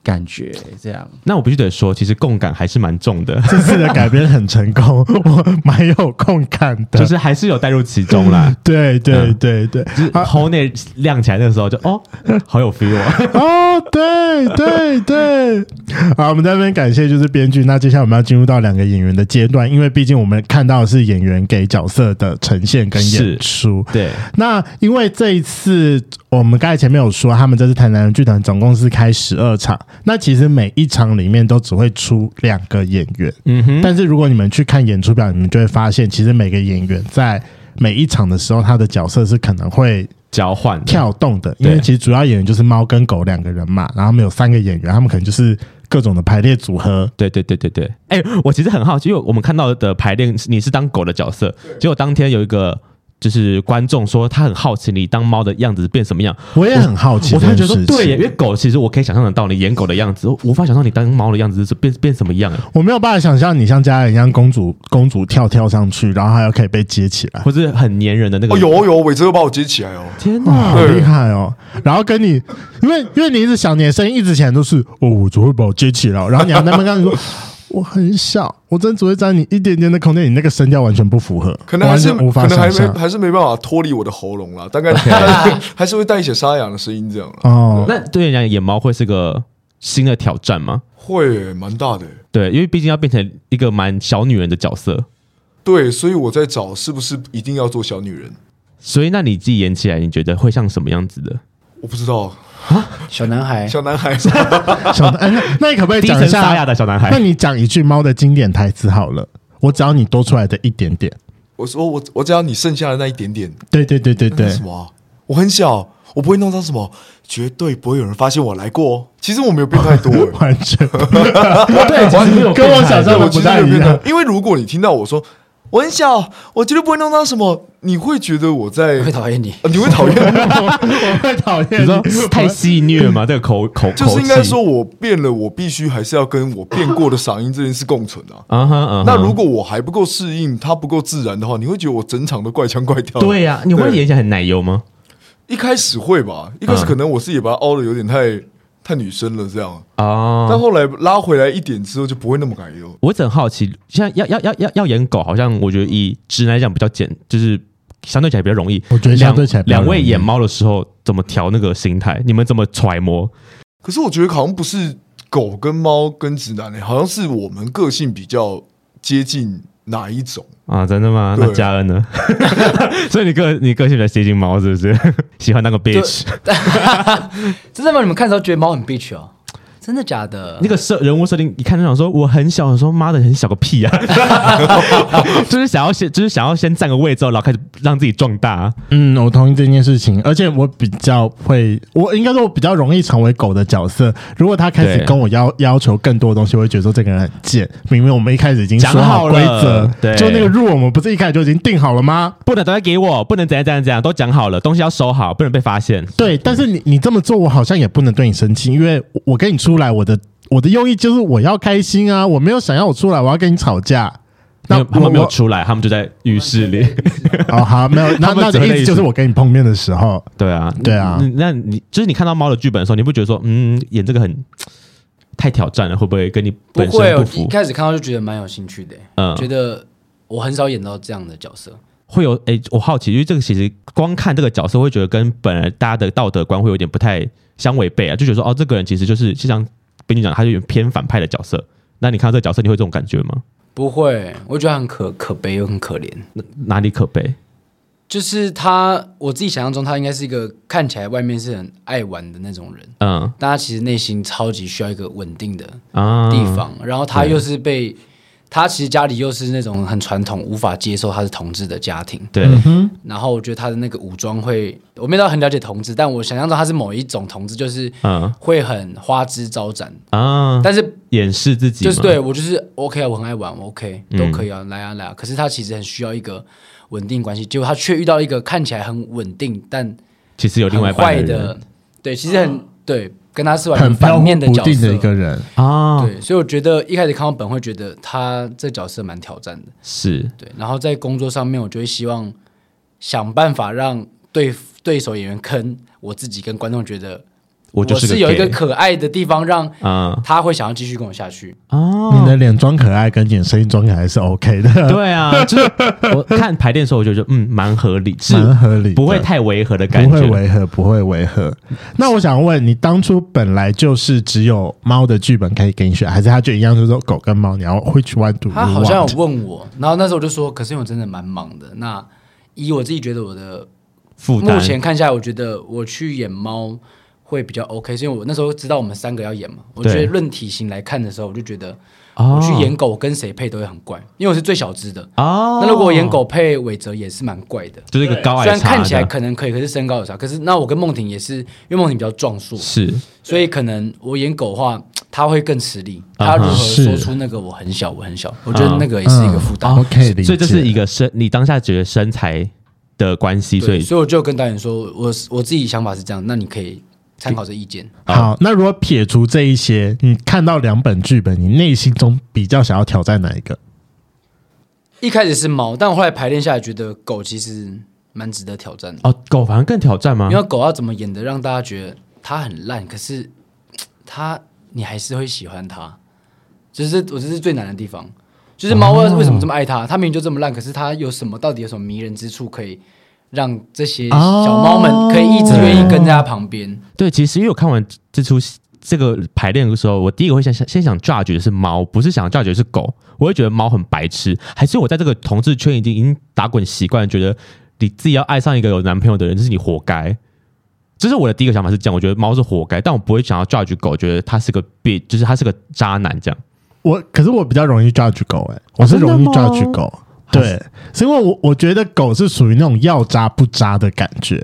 D: 感觉，这样。
B: 那我必须得说，其实共感还是蛮重 的，
C: 这次的改编很成功，我蛮有空感的。
B: 就是还是有带入其中 啦。
C: 对对
B: 嗯
C: 对对，
B: 就是
D: 啊
B: h 内亮起来那个时候就 哦，好有 feel 啊！
C: 哦，对对对，好，我们在这边感谢就是编剧。那接下来我们要进入到两个演员的阶段，因为毕竟我们看到的是演员给角色的呈现跟
B: 是
C: 演出。
B: 对，
C: 那因为这一次我们刚才前面有说，他们这次台南人剧团总共是开十二场，那其实每一场里面都只会出两个演员，
B: 嗯哼，
C: 但是如果你们去看演出表，你们就会发现，其实每个演员在每一场的时候，他的角色是可能会
B: 交换的
C: 跳动的，因为
B: 对
C: 其实主要演员就是猫跟狗两个人嘛，然后他们有三个演员，他们可能就是各种的排列组合。
B: 对对对对对，哎、我其实很好奇，因为我们看到的排练是你是当狗的角色，结果当天有一个就是观众说他很好奇你当猫的样子变什么样，
C: 我也很好奇
B: 我
C: 这
B: 突然
C: 件事
B: 觉
C: 情，
B: 得说对耶，因为狗其实我可以想象得到你演狗的样子，我无法想象你当猫的样子是变变什么样，哎
C: 我没有办法想象你像家人一样公主公主跳跳上去，然后还要可以被接起来，
B: 或是很粘人的那个。
F: 哦，有哦有哦，伟哲又把我接起来哦。
B: 天
C: 哇，
B: 哪！
C: 好厉害哦！然后跟你，因为因为你一直想你的声音一直起来都是哦，我只会把我接起来哦，然后你要那边跟你说。 我很小，我真的只会占你一点点的空间，你那个声调完全不符合，
F: 可能还是
C: 完全无
F: 可
C: 法
F: 能还
C: 想
F: 没
C: 象
F: 还是没办法脱离我的喉咙啦，大概还 是还是会带一些沙哑的声音这样啦。
C: 哦。
B: 那对人家演猫会是个新的挑战吗？
F: 会耶蛮大的耶，
B: 对，因为毕竟要变成一个蛮小女人的角色，
F: 对，所以我在找是不是一定要做小女人，
B: 所以那你自己演起来，你觉得会像什么样子的？
F: 我不知道，
E: 小男孩，
F: 小男孩
C: 小哎，那那你可不可以
B: 低
C: 讲一
B: 沉
C: 下
B: 沙哑的小男
C: 那
B: 孩，
C: 你讲一句猫的经典台词好了，我只要你多出来的一点点。
F: 我说我我只要你剩下的那一点点，
C: 对对对对对，
F: 那是，什么啊？我很小，我不会弄脏什么，绝对不会有人发现我来过哦。其实我没有变太多欸耶
C: 完 全不
B: 对，其实没有
C: 跟我
B: 变态
C: 想象
F: 我
C: 的不
F: 其实没
C: 太
F: 有
C: 一
F: 变
C: 样
F: 太。因为如果你听到我说我很小，我绝对不会弄脏什么，你会觉得我在
E: 我会，讨厌你。
F: 啊你会讨厌。
C: 我会讨厌
B: 你说太戏谑 嘛？这个口口
F: 就是应该
B: 口气。
F: 说，我变了，我必须还是要跟我变过的嗓音这件事共存啊
B: 啊哈啊哈
F: 那如果我还不够适应，它不够自然的话，你会觉得我整场都怪腔怪调。
B: 对，呀、你会
F: 对
B: 演起来很奶油吗？
F: 一开始会吧，一开始
B: 嗯
F: 可能我自己把它凹的有点太太女生了这样，但
B: 哦，
F: 后来拉回来一点之后就不会那么奶油。
B: 我一直很好奇，像要要要要要演狗，好像我觉得以直男来讲比较简，就是相对起来比较容易。
C: 我觉得相
B: 两
C: 对起来比较
B: 两位
C: 容易
B: 演猫的时候怎么调那个心态？你们怎么揣摩？
F: 可是我觉得好像不是狗跟猫跟直男、欸，好像是我们个性比较接近哪一种。
B: 啊，真的吗？
F: 对
B: 那嘉恩呢？ 所以你个你个性比较接近猫，是不 是？喜欢那个 bitch，
E: 真的吗？你们看的时候觉得猫很 bitch 哦？真的假的？
B: 那个设人物设定，一看就想说我很小，想说妈的很小个屁啊， 就是想要先就是想要先占个位之后，然后开始让自己壮大。啊
C: 嗯，我同意这件事情，而且我比较会，我应该说我比较容易成为狗的角色。如果他开始
B: 对
C: 跟我要要求更多的东西，我会觉得说这个人很贱。明明我们一开始已经
B: 讲
C: 说
B: 好了
C: 规则，
B: 对
C: 就那个 rule 我们不是一开始就已经定好了吗？
B: 不能都在给我，不能怎样怎样怎样，都讲好了，东西要收好，不能被发现。
C: 对，但是你你这么做，我好像也不能对你生气，因为我跟你出来，我的我的用意就是我要开心啊，我没有想要我出来，我要跟你吵架。
B: 那
C: 那
B: 他们没有
C: 我
B: 出来，他们就在浴室里。
C: 哦，好，没有，那
B: 他们
C: 那
B: 只
C: 的
B: 会
C: 意
B: 类
C: 思
B: 似
C: 就是我跟你碰面的时候，
B: 对啊，
C: 对啊
B: 你那你就是你看到猫的剧本的时候，你不觉得说，嗯，演这个很太挑战了，会不会跟你
E: 不
B: 本
E: 会，
B: 身不
E: 我一
B: 符？
E: 开始看到就觉得蛮有兴趣的、
B: 嗯
E: 觉得我很少演到这样的角色。
B: 会有诶、我好奇，因为这个其实光看这个角色，会觉得跟本来大家的道德观会有点不太相违背啊，就觉得说，哦，这个人其实就是就像跟你讲，他就有点偏反派的角色。那你看到这个角色，你会有这种感觉吗？
E: 不会，我觉得很可可悲又很可怜。
B: 哪里可悲？
E: 就是他，我自己想象中他应该是一个看起来外面是很爱玩的那种人，
B: 嗯
E: 但他其实内心超级需要一个稳定的
B: 啊，
E: 地方。然后他又是被他其实家里又是那种很传统，无法接受他是同志的家庭。
B: 对，
C: 嗯
E: 然后我觉得他的那个武装会，我没有到很了解同志，但我想象中他是某一种同志，就是
B: 嗯
E: 会很花枝招展，
B: 啊，
E: 但是
B: 掩饰自己
E: 就是
B: 嘛
E: 对我就是 OK 啊，我很爱玩我，OK
B: 嗯
E: 都可以啊，来啊来啊。可是他其实很需要一个稳定关系，结果他却遇到一个看起来很稳定但
B: 其实有另外一
E: 很
B: 半
E: 坏
B: 人
E: 的，对，其实很对，跟他是完全
C: 很飘
E: 反
C: 忽
E: 面
C: 不
E: 角
C: 定
E: 色
C: 的一。个人。
B: 啊，
E: 对，所以我觉得一开始看到本会觉得他这角色蛮挑战的，
B: 是
E: 对。然后在工作上面，我就会希望想办法让对对手演员坑我自己跟观众觉得
B: 我就是
E: 是有一个
B: gay
E: 可爱的地方，让
B: 啊
E: 他会想要继续跟我下去。
B: 啊
C: 你的脸装可爱跟你的声音装可爱是 OK 的，
B: 对 啊，就是我看排练的时候，我就觉得嗯，蛮合理，是
C: 蛮合理的
B: 不会太违和的感
C: 不会
B: 觉。
C: 违和，不会违和。那我想问你，当初本来就是只有猫的剧本可以给你选，还是他就一样，就是说狗跟猫，你要 which one do you
E: 他好像
C: want？
E: 有问我，然后那时候我就说，可是因为我真的蛮忙的。那以我自己觉得我的
B: 负担
E: 目前看下来，我觉得我去演猫会比较 OK，是因为我那时候知道我们三个要演嘛。我
B: 对
E: 觉得论体型来看的时候，我就觉得
B: 哦
E: 我去演狗跟谁配都会很怪，因为我是最小只的。
B: 哦，
E: 那如果我演狗配韦哲也是蛮怪的，
B: 就是一个高矮
E: 虽然
B: 差的
E: 看起来可能可以，可是身高有差。可是那我跟梦婷也是，因为梦婷比较壮硕，
B: 是
E: 所以可能我演狗的话，他会更吃力。
B: 啊
E: 他如何说出那个我很小，我很小？我觉得那个也是一个负担。
B: 啊
C: OK，理解。
B: 所以这是一个身，你当下觉得身材的关系，所
E: 对，
B: 以
E: 所以我就跟导演说，我我自己想法是这样，那你可以参考这意见。
C: 好。那如果撇除这一些，你看到两本剧本，你内心中比较想要挑战哪一个？
E: 一开始是猫，但我后来排练下来，觉得狗其实蛮值得挑战的，
B: 哦，狗反而更挑战吗
E: 因？为狗要怎么演的让大家觉得它很烂，可是它你还是会喜欢它，就是我这是最难的地方。就是猫为为什么这么爱它？它明明就这么烂，可是它有什么到底有什么迷人之处可以？让这些小猫们可以一直愿意跟在它旁边，
B: 对，其实因为我看完这出戏这个排练的时候，我第一个会想想先想 judge 的是猫，不是想 judge 的是狗。我会觉得猫很白痴，还是我在这个同志圈已经已经打滚习惯，觉得你自己要爱上一个有男朋友的人，这是你活该。这是我的第一个想法是这样，我觉得猫是活该，但我不会想要 judge 狗，觉得它是个 b 就是它是个渣男这样。
C: 我可是我比较容易 judge 狗、欸，我是容易
B: 真的吗
C: judge 狗， 对，是因为我我觉得狗是属于那种要渣不渣的感觉，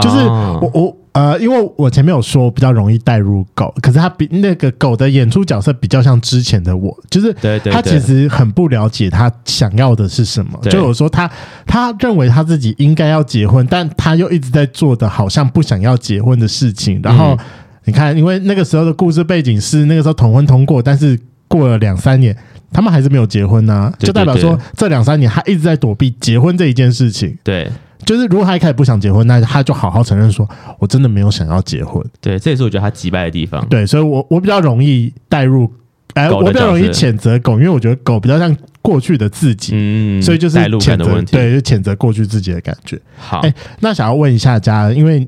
C: 就是
B: 哦
C: 我我呃，因为我前面有说我比较容易带入狗，可是它比那个狗的演出角色比较像之前的我，就是
B: 对对
C: 他
B: 对
C: 其实很不了解他想要的是什么，
B: 对
C: 就有说他他认为他自己应该要结婚，但他又一直在做的好像不想要结婚的事情，然
B: 嗯
C: 后。你看，因为那个时候的故事背景是那个时候同婚通过，但是过了两三年，他们还是没有结婚呢、
B: 对
C: 就代表
B: 对
C: 说
B: 对
C: 这两三年他一直在躲避结婚这一件事情。
B: 对
C: 就是如果他一开始不想结婚，那他就好好承认说，我真的没有想要结婚。
B: 对，这也是我觉得它击败的地方。
C: 对，所以我我比较容易带入，哎、
B: 狗的
C: 我比较容易
B: 角色
C: 谴责狗，因为我觉得狗比较像过去的自己。
B: 嗯
C: 所以就是
B: 代入
C: 谴
B: 感的
C: 责
B: 问，题。，
C: 对，就谴责过去自己的感觉。
B: 好，
C: 哎那想要问一下家人，因为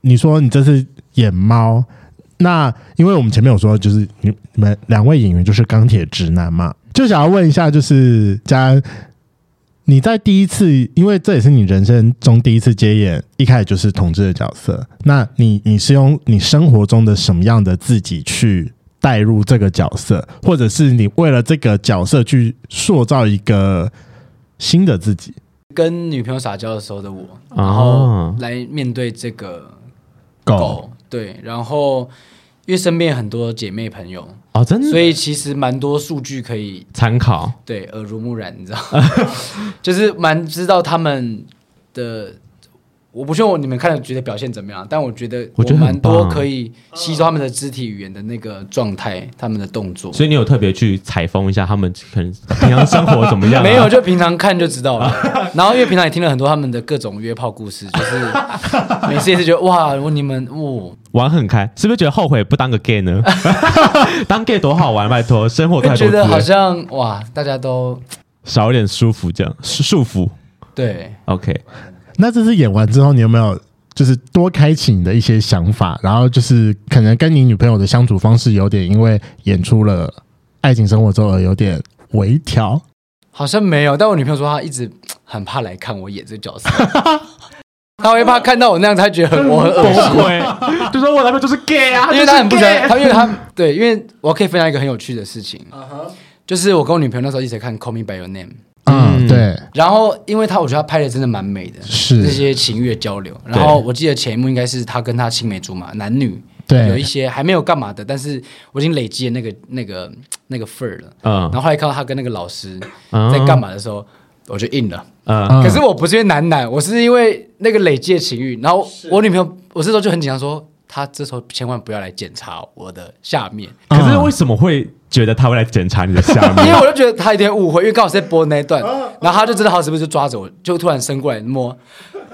C: 你说你这次演猫，那因为我们前面有说，就是你你们两位演员就是钢铁直男嘛，就想要问一下，就是家人你在第一次，因为这也是你人生中第一次接演，一开始就是同志的角色。那你你是用你生活中的什么样的自己去带入这个角色，或者是你为了这个角色去塑造一个新的自己？
E: 跟女朋友撒娇的时候的我，然
B: 哦
E: 后来面对这个狗，对，然后因为身边很多姐妹朋友，
B: 哦，真的，
E: 所以其实蛮多数据可以
B: 参考
E: 对耳濡目染，你知道， 就是蛮知道他们的。我不确定我你们看了觉得表现怎么样，但我觉得
B: 我觉得很
E: 蛮多
B: 棒啊
E: 可以吸收他们的肢体语言的那个状态，他们的动作。
B: 所以你有特别去采风一下他们可能平常生活怎么样、啊？
E: 没有，就平常看就知道了。然后因为平常也听了很多他们的各种约炮故事，就是每次也是觉得哇，你们哦，
B: 玩很开，是不是觉得后悔不当个 gay 呢？当 gay 多好玩，拜托，生活
E: 我
B: 太多
E: 觉
B: 姿
E: 得好
B: 了，
E: 像哇，大家都
B: 少一点舒服这样束束缚。
E: 对
B: OK，
C: 那这次演完之后，你有没有就是多开启你的一些想法？然后就是可能跟你女朋友的相处方式有点因为演出了爱情生活之后而有点微调。
E: 好像没有。但我女朋友说她一直很怕来看我演这个角色， 她会怕看到我那样，她觉得很我很恶心。
B: 溃，就说我男朋友就是 gay 嗯啊
E: 因为她很不喜欢，她因为她对，因为我可以分享一个很有趣的事情就是我跟我女朋友那时候一起看《Call Me by Your Name》，
C: 嗯，对，
E: 然后因为她我觉得她拍的真的蛮美的，这
C: 是，
E: 些情欲的交流。然后我记得前一幕应该是他跟他青梅竹马，男女有
C: 对，
E: 一些还没有干嘛的，但是我已经累积了那个那个那个份儿了。
B: 嗯
E: 然后后来看到他跟那个老师
B: 嗯
E: 在干嘛的时候，我就硬了。
B: 嗯，
C: 嗯
E: 可是我不是因为男男，我是因为那个累积的情欲。然后我女朋友，我这时候就很紧张说。她这时候千万不要来检查我的下面，
B: 可是为什么会觉得他会来检查你的下
E: 因为
B: 面？
E: 我就觉得她有点误会，因为刚好是在播那一段，然后她就真的好时不时就抓着我，就突然伸过来摸，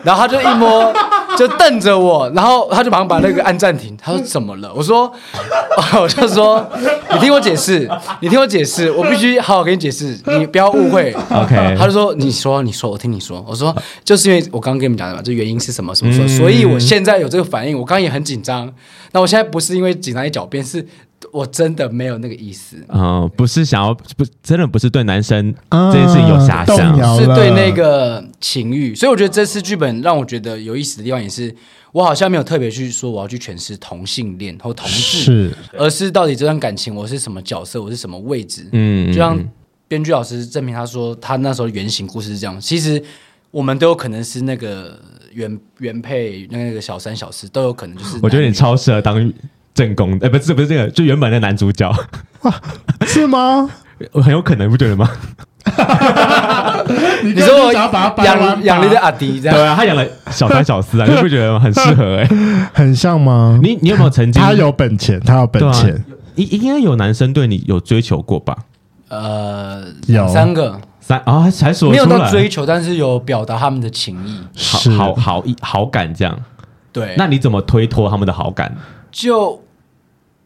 E: 然后她就一摸就瞪着我，然后她就马上把那个按暂停，她说怎么了？我说， 我就说你听我解释，你听我解释，我必须好好给你解释，你不要误会。
B: OK
E: 她就说你说你说我听你说，我说就是因为我刚刚跟你们讲的嘛，这原因是什么什么什么，所以我现在有这个反应，我刚刚也很紧张，那我现在不是因为紧张一狡辩，是我真的没有那个意思。
B: 嗯，不是想要，不真的不是对男生
E: 啊
B: 这件事情有遐
C: 嗯动
B: 想
C: 摇，好
E: 是
C: 了
E: 对那个情欲，所以我觉得这次剧本让我觉得有意思的地方也是，我好像没有特别去说我要去诠释同性恋或同志，
C: 是，
E: 而是到底这段感情我是什么角色，我是什么位置。
B: 嗯，
E: 就像编剧老师证明他说，他那时候原型故事是这样，其实我们都有可能是那个原原配那个小三小四都有可能就是，
B: 我觉得你。超适合当正宫，哎，不是不是这个，就原本的男主角，
C: 是吗？
B: 很有可能不觉得吗？
E: 你说我
C: 想要把它掰弯吧
E: 养养了一个阿迪这
B: 对
E: 样，
B: 啊，他演了小三小四啊，你不觉得很适合？哎，
C: 很像吗？
B: 你你有没有曾经
C: 他有本钱，他有本
B: 对啊
C: 钱，
B: 应应该有男生对你有追求过吧？
E: 呃，
C: 有
E: 三个
B: 三啊，还还说
E: 没有
B: 出
E: 到
B: 来，
E: 追求，但是有表达他们的情意。
B: 好
C: 是
B: 好好意好感这样。
E: 对，
B: 那你怎么推脱他们的好感？
E: 就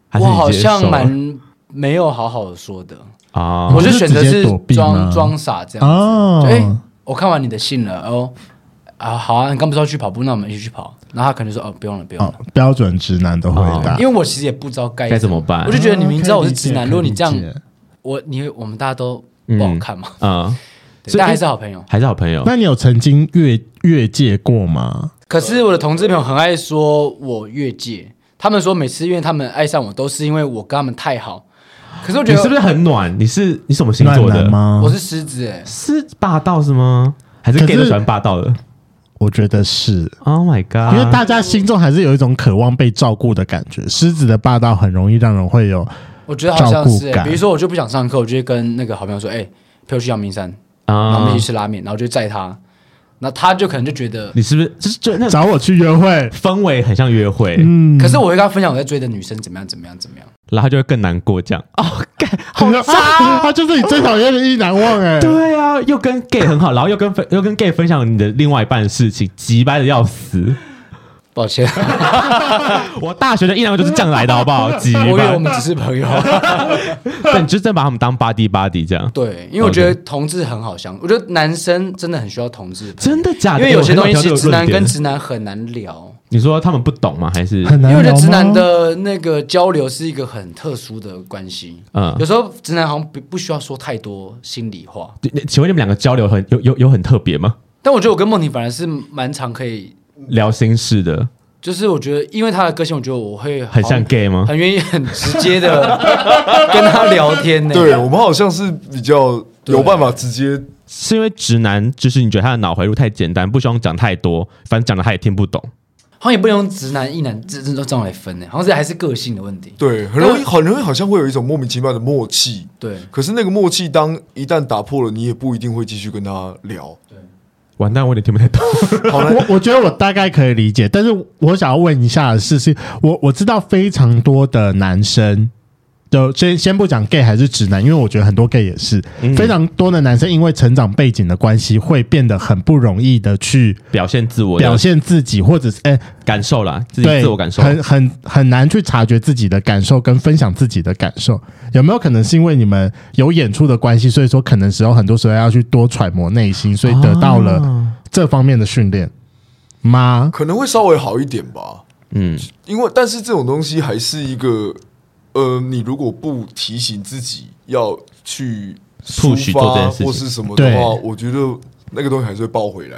B: 还
E: 我
B: 是你
E: 好
B: 接受
E: 像蛮没有好好的说的，
B: 啊
E: 我就选择
C: 你是直
E: 是
C: 接躲避吗
E: 装装傻这样
C: 哦
E: 子。哎、诶我看完你的信了哦，啊好啊，你刚不是要去跑步，那我们一起去跑。然后他可能就说哦不用了不用
C: 哦啊
E: 了，，
C: 标准直男的回答。
E: 因为我其实也不知道该
B: 该怎么办
E: 我就觉得你明知道我是直男，
C: 哦
E: 如果你这，样
C: 可以理解可以理解
E: 我你我们大家都不好看嘛，
B: 嗯，
E: 对
B: 所以
E: 但还是好朋友。
B: 还是好朋友。
C: 那你有曾经越越界过吗？
E: 可是我的同志朋友很爱说我越界，他们说每次因为他们爱上我都是因为我跟他们太好。可是我觉
B: 你
E: 得
B: 是不是很暖？你是你什么星
C: 暖
B: 座的
C: 男？吗？
E: 我是狮子哎、
B: 是霸道是吗？还是
C: 可
B: gay
C: 是
B: 都喜欢霸道的
C: 我觉得是。
B: ？Oh my
C: 因
B: god！
C: 为大家心中还是有一种渴望被照顾的感觉，狮子的霸道很容易让人会有
E: 我觉得好像是、
C: 照顾
E: 欸，
C: 感
E: 比如说我就不想上课，我就会跟那个好朋友说，哎、陪我去阳明山，然后
B: 啊
E: 我们一起，吃拉面，然后就载他，那他就可能就觉得，
B: 你是不是就是就那
C: 找我去约会。
B: 氛围很像约会，
E: 可是我会跟他分享我在追的女生怎么样怎么样怎么样，
B: 然后他就会更难过这样。哦，干 好
C: 他他啊就是你最讨厌的意难忘哎、
B: 对啊，又跟 gay 很好，然后又跟分又跟 gay 分享你的另外一半的事情，急掰的要死。
E: 抱歉，
B: 我大学的一男就是这样来的，好不 好？急
E: 我以为我
B: 掰，
E: 们只是朋友，
B: 但你就真把他们当 buddy buddy 这样。
E: 对，因为我觉得同志很好相，我觉得男生真的很需要同志，
B: 真的假
E: 因
B: 的？
E: 为有些东西
B: 我很
E: 是
B: 有
E: 直男
B: 这个论点
E: 跟直男很难聊，
B: 你说他们不懂吗？还是
C: 很
E: 因
C: 难哦
E: 为
C: 聊
E: 我
C: 吗。
E: 觉得直男的那个交流是一个很特殊的关系，
B: 嗯
E: 有时候直男好像不不需要说太多心里话，
B: 请问你们两个交流很有有有很特别吗？
E: 但我觉得我跟梦婷反而是蛮常可以，
B: 聊心事的，
E: 就是我觉得因为她的个性，我觉得我会好
B: 很像 gay 吗？
E: 很愿意很直 接的跟她聊天呢、
F: 对我们好像是比较有办法直接
B: 是因为直男就是你觉得他的脑回路太简单，不希望讲太多，反正讲了他也听不懂。
E: 好像也不能用直男、异男这这这种来分呢、好像是还是个性的问题。
F: 对，很容易很容易好像会有一种莫名其妙的默契。
E: 对，
F: 可是那个默契，当一旦打破了，你也不一定会继续跟他聊。
B: 完蛋，我有点听不太懂。
F: 好难，
C: 我我觉得我大概可以理解，但是我想要问一下的是，是我我知道非常多的男生，就先先不讲 gay 还是直男，因为我觉得很多 gay 也是、非常多的男生，因为成长背景的关系，会变得很不容易的去
B: 表现自我的
C: 表现自己，或者是哎、
B: 感受啦，自己
C: 对，
B: 自我感受。
C: 很很很难去察觉自己的感受跟分享自己的感受。有没有可能是因为你们有演出的关系，所以说可能时候很多时候要去多揣摩内心，所以得到
F: 啊
C: 了这方面的训练吗？
F: 可能会稍微好一点吧。
B: 嗯，
F: 因为但是这种东西还是一个，呃，你如果不提醒自己要去抒
B: Push 做这
F: 发
B: 件事情
F: 或是什么的话，
C: 对
F: 我觉得那个东西还是会爆回来。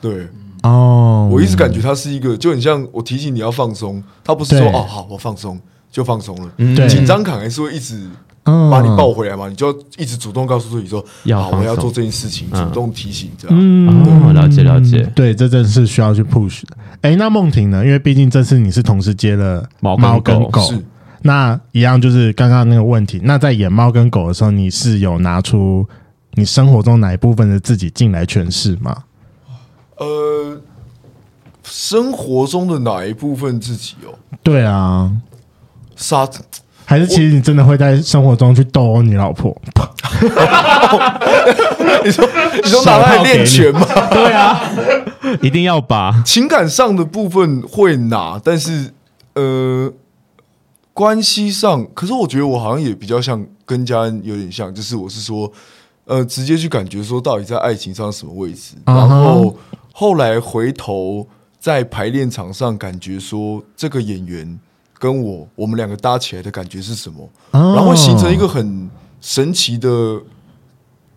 F: 对
C: 哦，
F: 我一直感觉它是一个，就很像我提醒你要放松，它不是说
C: 对
F: 哦好我放松就放松了，
B: 嗯
C: 对
F: 紧张感还是会一直
C: 嗯
F: 把你抱回来嘛，你就要一直主动告诉自己说
B: 要
F: 啊
B: 放
F: 我要
B: 松
F: 做这件事情，
B: 嗯
F: 主动提醒这样。
B: 哦，了解了解。
C: 嗯对，这真的是需要去 push 的。哎，那梦婷呢？因为毕竟这次你是同时接了
B: 猫跟
C: 猫跟
B: 狗
C: 狗
F: 是，
C: 那一样就是刚刚那个问题。那在演猫跟狗的时候，你是有拿出你生活中哪一部分的自己进来诠释吗？
F: 呃，生活中的哪一部分自己哦，
C: 对啊，
F: 杀
C: 还是其实你真的会在生活中去斗殴你老婆？
F: 你说你说拿来练拳吗？
B: 对啊，一定要吧。
F: 情感上的部分会拿，但是呃，关系上，可是我觉得我好像也比较像跟家人有点像，就是我是说，呃，直接去感觉说到底在爱情上什么位置，
C: 嗯
F: 然
C: 哼
F: 后后来回头在排练场上感觉说这个演员跟我我们两个搭起来的感觉是什么，
C: 哦
F: 然后会形成一个很神奇的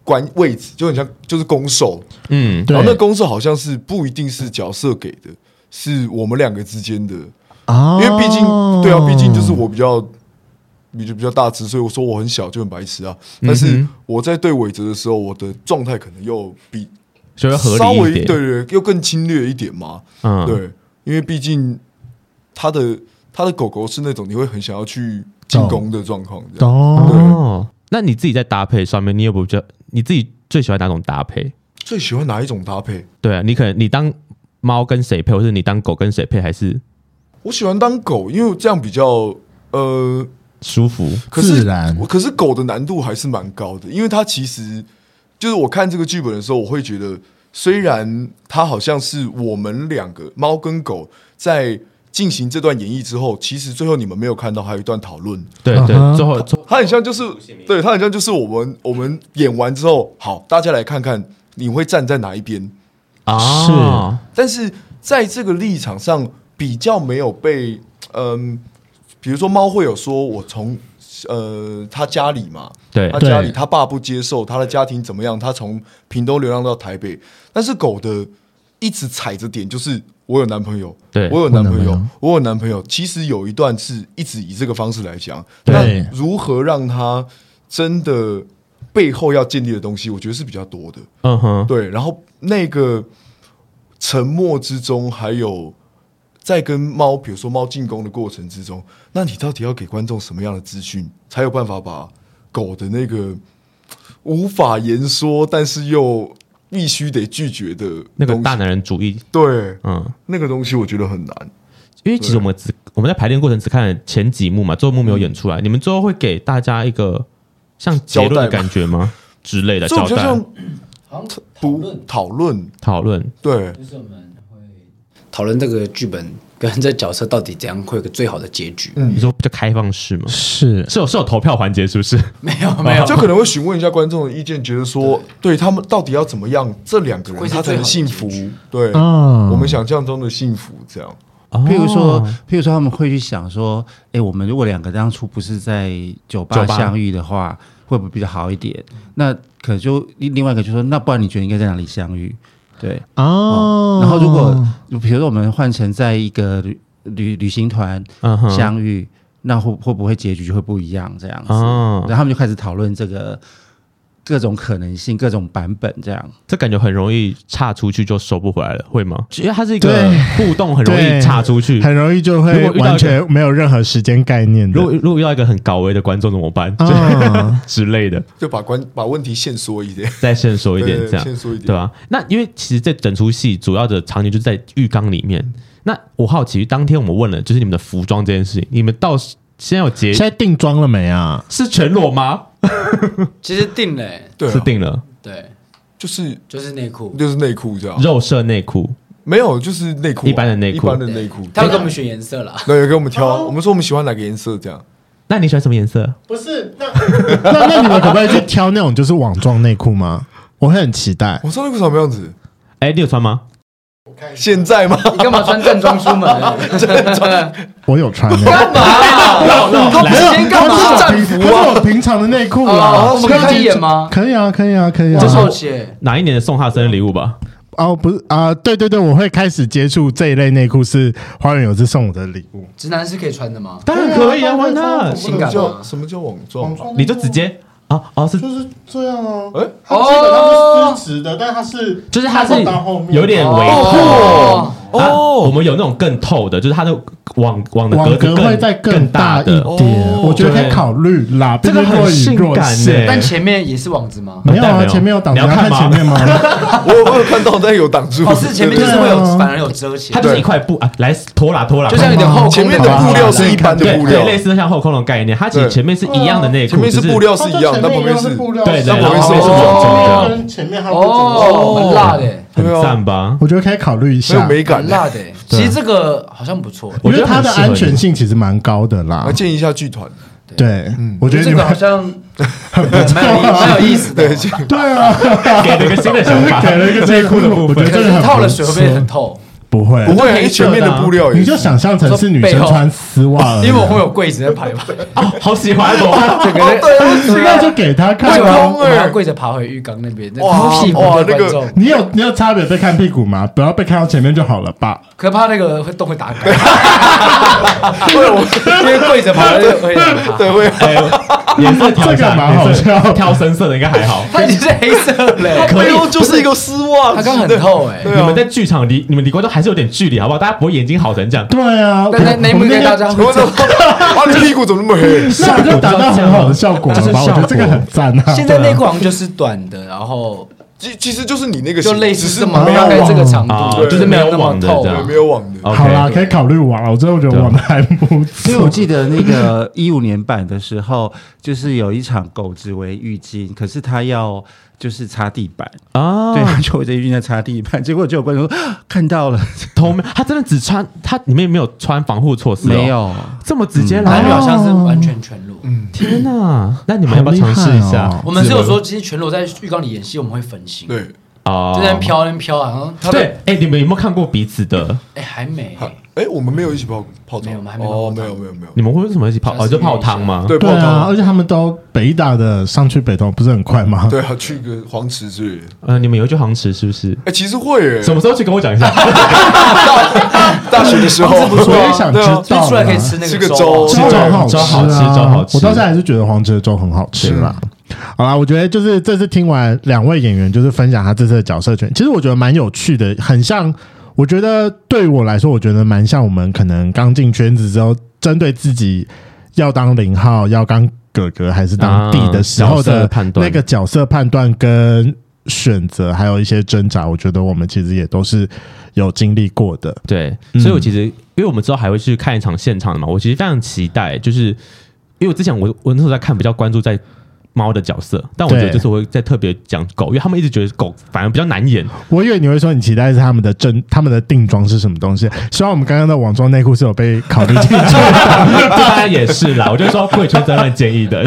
F: 关位置，就很像就是攻守，
B: 嗯，
C: 对
F: 然后那公式好像是不一定是角色给的，是我们两个之间的，因
B: 哦
C: 啊
F: 为毕竟、对啊，毕竟就是我比较比较比较大只，所以我说我很小就很白痴啊。
B: 嗯
F: 但是我在对伟哲的时候，我的状态可能又比
B: 所以合
F: 稍
B: 理一
F: 微对
B: 点。
F: 对，又更侵略一点嘛。
B: 嗯，
F: 对，因为毕竟他的他的狗狗是那种你会很想要去进攻的状况，这样
C: 懂。
B: 哦，那你自己在搭配上面，你有不觉你自己最喜欢哪种搭配？
F: 最喜欢哪一种搭配？
B: 对啊，你可能你当猫跟谁配，或是你当狗跟谁配，还是
F: 我喜欢当狗，因为这样比较呃
B: 舒服。
F: 可是
C: 自然
F: 我可是狗的难度还是蛮高的，因为它其实就是我看这个剧本的时候，我会觉得，虽然它好像是我们两个猫跟狗在进行这段演绎之后，其实最后你们没有看到还有一段讨论，
B: 对对
C: 嗯哼，
B: 最后最后
F: 它很像就是对它很像就是我们我们演完之后，好，大家来看看你会站在哪一边，
B: 啊，
F: 但是在这个立场上比较没有被，嗯、比如说猫会有说，我从呃他家里嘛，
B: 对
F: 他家里他爸不接受，他的家庭怎么样，他从屏东流浪到台北，但是狗的一直踩着点就是。我有男朋友，
B: 对
F: 我有男朋
C: 我有男朋
F: 友
C: 友，
F: 我有男朋友。其实有一段是一直以这个方式来讲，
C: 对
F: 那如何让他真的背后要建立的东西，我觉得是比较多的。
B: 嗯哼，
F: 对，然后那个沉默之中，还有在跟猫，比如说猫进攻的过程之中，那你到底要给观众什么样的资讯，才有办法把狗的那个无法言说，但是又必须得拒绝的
B: 那个
F: 东西
B: 大男人主义，
F: 对
B: 嗯。
F: 那个东西，我觉得很难。
B: 因为其实我们只我们在排练过程只看了前几幕嘛，最后幕没有演出来。你们最后会给大家一个像结论
F: 交代
B: 的
F: 吗
B: 感觉 吗？之类的
F: 所以
B: 交
F: 我觉得
B: 代
F: 像
E: 好像讨
F: 不
E: 论
F: 讨论，
B: 讨论。
F: 对
E: 就是我们会讨论这个剧本跟这角色到底怎样会有个最好的结局。
F: 嗯
B: 你说比较开放式吗？
C: 是
B: 是有是有投票环节是不是？
E: 没有没有，
F: 就可能会询问一下观众的意见，觉得说对他们到底要怎么样，这两个人
E: 会是
F: 他才能幸福
E: 最好的结局，
F: 对，
C: 嗯
F: 我们想象中的幸福这样。
B: 譬
D: 譬如说，
B: 哦
D: 譬如说他们会去想说，哎、我们如果两个当初不是在酒吧
B: 酒吧
D: 相遇的话，会不会比较好一点？那可就另另外一个就说，那不然你觉得应该在哪里相遇？对，
C: 哦，
D: 然后如果比如说我们换成在一个旅旅旅行团
B: 嗯哼
D: 相遇，那会会不会结局会不一样？这样子，
B: 哦
D: 然后他们就开始讨论这个各种可能性、各种版本这样。
B: 这感觉很容易岔出去就收不回来了，会吗？因为它是一个
C: 对
B: 互动，很容易
C: 对
B: 岔出去。
C: 很容易就会
B: 如果遇到一个
C: 完全没有任何时间概念的
B: 如。果如果遇到一个很高危的观众怎么办？
C: 啊
B: 之类的，
F: 就把关把问题限缩一 点，
B: 再线索一点
F: 对
B: 这样，
F: 限缩一点
B: 对吧？那因为其实这整出戏主要的场景就是在浴缸里面。那我好奇，当天我们问了，就是你们的服装这件事情，你们到现在有结
C: 现在定妆了没啊？
B: 是全裸吗？
E: 其实定了欸，嗯
F: 对啊、
B: 是定了
E: 对，
F: 就是
E: 就是内裤。
F: 就是内裤这样，
B: 肉色内裤，
F: 没有就是内裤啊、
B: 一般的内裤
F: 一般的内裤。
E: 他会给我们哦选颜色啦，
F: 那有给我们挑，我们说我们喜欢哪个颜色这样。
B: 那你喜欢什么颜色？
C: 不是，那那那你们可不可以去挑那种就是网状内裤吗？我会很期待。
F: 我说内裤什么样子？
B: 哎，你有穿吗？
E: 哦
F: 现在吗？
E: 你干嘛 穿正装出门？
C: 我有穿、 欸，
E: 他
C: 没有，
E: 今天干嘛
C: 它是我
E: 战
C: 平
E: 服
C: 它是我平常的内裤啦。
E: 哦我们可以
C: 可以
E: 演吗
C: 可以啊，可以啊，可以啊。
E: 这是我写，
B: 哪一年的送他生日礼物吧？
C: 哦，不是啊、对对对，我会开始接触这一类内裤，是花园有志送我的礼物。
E: 直男是可以穿的吗？
B: 当然可以啊，Why
E: 性感
F: 什么
E: 吗
F: 叫什么叫网状？
B: 你就直接
C: 哦
B: 啊啊是
C: 就是这样啊，
F: 哎
C: 它基本上是丝质的，但它是
B: 就是它是
C: 它会到后面哦
B: 有点微
E: 哦
B: 透哦，我们有那种更透的，就是它的网网的
C: 网
B: 格
C: 格
B: 子
C: 会再
B: 更
C: 大
B: 大
C: 一点，
B: 的，
F: 哦
C: 我觉得可以考虑啦。
B: 这个
C: 毕竟若
B: 很
C: 隐
B: 性
C: 若
B: 感
C: 现
B: 欸哦
E: 但前面也是网子吗？
C: 没有
B: 但没
C: 啊，
B: 有
C: 前面有挡
B: 你
C: 住，
B: 要看
C: 看
B: 吗
C: 前面吗？
F: 我有我有看到，但有挡住。
E: 哦，是前面就
F: 对
E: 是
F: 对
E: 会有
C: 对，啊
E: 反而有遮起
B: 它
E: 来，
B: 就是一块布啊，来拖拉拖拉，
E: 就像有点后空
F: 前面的布料啊是一般的
B: 对
F: 布料
B: 对，，类似像后空的概念，它其实
F: 对
B: 前面是一样的内裤，
F: 前面是
B: 只
F: 布料是一样， 但旁边是
B: 对对，
F: 但旁边是
B: 然后
C: 哦
B: 网状的，
C: 跟前面它
E: 哦，
C: 哦，
E: 很辣的欸，
B: 很
F: 对啊
B: 赞 吧？
C: 我觉得可以考虑一
F: 很有
C: 下，
F: 美感
E: 很。辣的欸。其实这个好像不错欸，
C: 我觉得它
B: 我觉
C: 的
B: 得很适合你
C: 安全性其实蛮高的啦
E: 啊
F: 来。建议一下剧团，
C: 对，我觉得
E: 嗯这
C: 你
E: 个好
C: 们
E: 像蛮有意蛮有 意思的 哦，
C: 对啊，
B: 给了一个新的想 法，
C: 给了一个内裤的部分，我觉得
E: 可
C: 这个
E: 是
C: 很
E: 套了
C: 不
E: 水会不会
C: 错
E: 很透？
C: 不会，
F: 不会啊，
B: 黑
F: 因为前面
B: 色的
F: 的
B: 啊
F: 布料也
C: 你
F: 是
C: 就想象成是女生穿丝袜而已，啊
E: 因为我会有柜子 在排吧，
B: 哦，好喜欢哦，
E: 整个人啊
C: 那就给他
E: 为
C: 看
E: 什
C: 啊。
E: 么我要跪着爬回浴缸那边？那
F: 哇
E: 屁股
F: 哇
E: 的观
F: 那个
E: 众，
C: 你有你有差别被看屁股吗？不要被看到前面就好了吧。
E: 可怕那个会洞会 打开，因为跪着爬那个会打开。
F: 对啊会
B: 哎颜色调一
C: 这
B: 下，
C: 个蛮好
B: 颜色
C: 笑
B: 挑深色的应该还好。
E: 它已经是黑色嘞，
F: 背后就是一个丝袜，
E: 它刚很透哎。
F: 对
B: 你
F: 啊
B: 们在剧场离你们离观众还是有点距离，好不好？大家不会眼睛好成这样。
C: 对啊，我
E: 但那那一
C: 我
E: 幕
C: 们
E: 给大
C: 那
E: 家
C: 天
E: 会
F: 我
E: 知
F: 怎
E: 道
F: 么 哇，啊你屁股怎么那么黑？
C: 那我就达到很好的效果了
B: 这是
C: 吧？
B: 效
C: 我
B: 果
C: 觉得这个很赞啊。
E: 现在内裤好像就是短的，然后
F: 其其实就是你那个
E: 就
F: 型
E: 类
F: 只
E: 似
F: 是
E: 这么
F: 没有
E: 大概
F: 网
E: 这个长
B: 啊
E: 度，
B: 就是
E: 没
B: 没有
E: 有那么
B: 网的
E: 透
B: 这。
F: 对
B: 样
F: 没有网的。
E: 哦
B: OK
C: 好啦，可以考虑玩了。我真的觉得玩的还不
D: 因为我
C: 错。
D: 记得那个一五年版的时候，就是有一场狗子为浴巾，可是他要就是擦地板，
B: 啊
D: 对，他就围着浴巾在擦地板，结果就有观众说啊看到了，
B: 头没，他真的只穿他里面没有穿防护措施、哦
D: 没，有，
B: 这么直
C: 嗯
B: 接
E: 男
B: 来
E: 女好
B: 了，
E: 像是完全全裸。
B: 天哪！那你们要啊不要尝试一下
C: 好厉害哦？
E: 我们是有说，其实全裸在浴缸里演戏，我们会分心，就
F: 对，
B: 啊
E: 在那边飘，那边飘啊。然后他们
B: 对，，哎，你们有没有看过彼此的？
E: 哎，还没，
F: 哎，我们没有一起泡泡
E: 没有我
F: 汤
E: 们还，没泡
F: 哦，
E: 过
F: 没
E: 汤
F: 有没有没有，
B: 你们会为什么一起泡？
E: 尝试
B: 哦，就泡汤吗？
F: 对
C: 对
F: 泡
C: 啊，而
F: 汤，
C: 且他们都北大的上去北投不是很快吗？
F: 对啊，去个黄池之类的。
B: 呃，你们有去航池是不是？
F: 哎，其实会
B: 什
F: 哎，
B: 么时候去跟我讲一下？
F: 大学的时候，
C: 不错
F: 对啊
C: 我也想
F: 对啊
C: 知
E: 所以出来可以吃
F: 吃
E: 那
F: 个
E: 个
F: 粥
E: 粥啊。
C: 粥很好吃、
B: 粥
C: 啊，
B: 好吃粥好吃
C: 我到现在还是觉得黄池的粥很好吃啦。好啦，我觉得就是这次听完两位演员就是分享他这次的角色权，其实我觉得蛮有趣的，很像。我觉得对我来说，我觉得蛮像我们可能刚进圈子之后，针对自己要当零号、要当哥哥还是 当弟的时候
B: 啊角色
C: 的
B: 判断
C: 那个角色判断跟选择，还有一些挣扎，我觉得我们其实也都是有经历过的。
B: 对，
C: 嗯
B: 所以我其实因为我们之后还会去看一场现场的嘛，我其实非常期待，就是因为我之前我我那时候在看比较关注在猫的角色，但我觉得
C: 对
B: 这次我会再特别讲狗，因为他们一直觉得狗反而比较难演。
C: 我以为你会说你期待是他们的正他们的定妆是什么东西，希望我们刚刚的网装内裤是有被考虑进 去。
B: 这当然啊也是啦，我就说贵圈真乱建议的。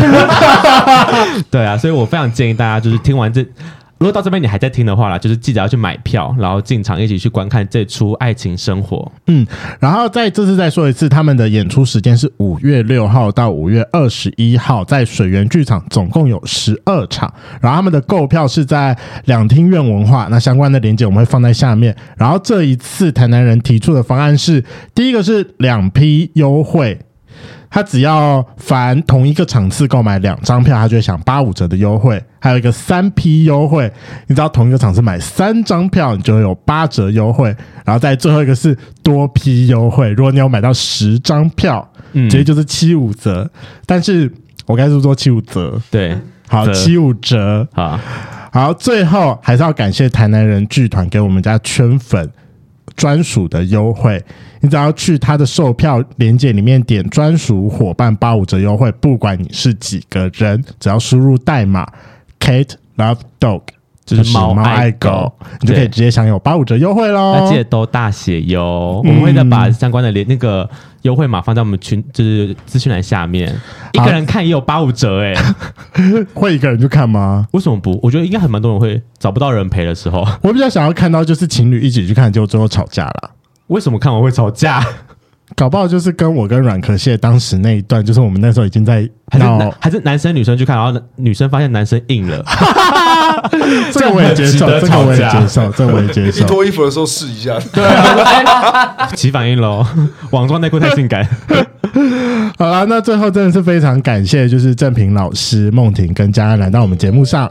B: 对啊，所以我非常建议大家，就是听完这，如果到这边你还在听的话啦，就是记得要去买票，然后进场一起去观看这出《爱情生活》。
C: 然后在这次再说一次，他们的演出时间是五月六号到五月二十一号，在水源剧场总共有十二场。然后他们的购票是在两厅院文化，那相关的链接我们会放在下面。然后这一次台南人提出的方案是，第一个是两批优惠。他只要凡同一个场次购买两张票，他就会享八五折的优惠，还有一个三批优惠。你只要同一个场次买三张票，你就会有八折优惠。然后再最后一个是多批优惠，如果你有买到十张票，
B: 嗯
C: 直接就是七五折。但是我该是不是说七五折，
B: 对，
C: 好，
B: 折
C: 七五折。
B: 啊，
C: 好，最后还是要感谢台南人剧团给我们家圈粉专属的优惠。你只要去他的售票链接里面点专属伙伴八五折优惠，不管你是几个人，只要输入代码 Kate Love Dog，
B: 就是
C: 猫
B: 猫
C: 爱
B: 爱
C: 狗
B: 狗，
C: 你就可以
B: 对
C: 直接享有八五折优惠喽
B: 那。记得都大写哟。我们会再把相关的连那个优惠码放在我们群，就是资讯栏下面。一个人看也有八五折哎、
C: 会一个人去看吗？
B: 为什么不？我觉得应该还蛮多人会找不到人陪的时候，
C: 我比较想要看到就是情侣一起去看，结果最后吵架了。
B: 为什么看完会吵架？
C: 搞不好就是跟我跟阮可谢当时那一段，就是我们那时候已经在
B: 还是
C: 闹
B: 男，还是男生女生去看，然后女生发现男生硬 了，
C: 这个我也接受，
B: 这很值得
C: 这个我也
B: 吵架
C: 接受， 这个我也接
F: 你
C: 受。
F: 脱衣服的时候试一下，
E: 啊
B: 起反应喽， 网状内裤太性感。
C: 好啦，那最后真的是非常感谢，就是郑平老师、梦婷跟佳安来到我们节目上。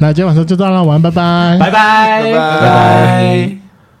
C: 那今天晚上就到了，晚安，拜拜，
B: 拜拜，
F: 拜拜
E: 拜。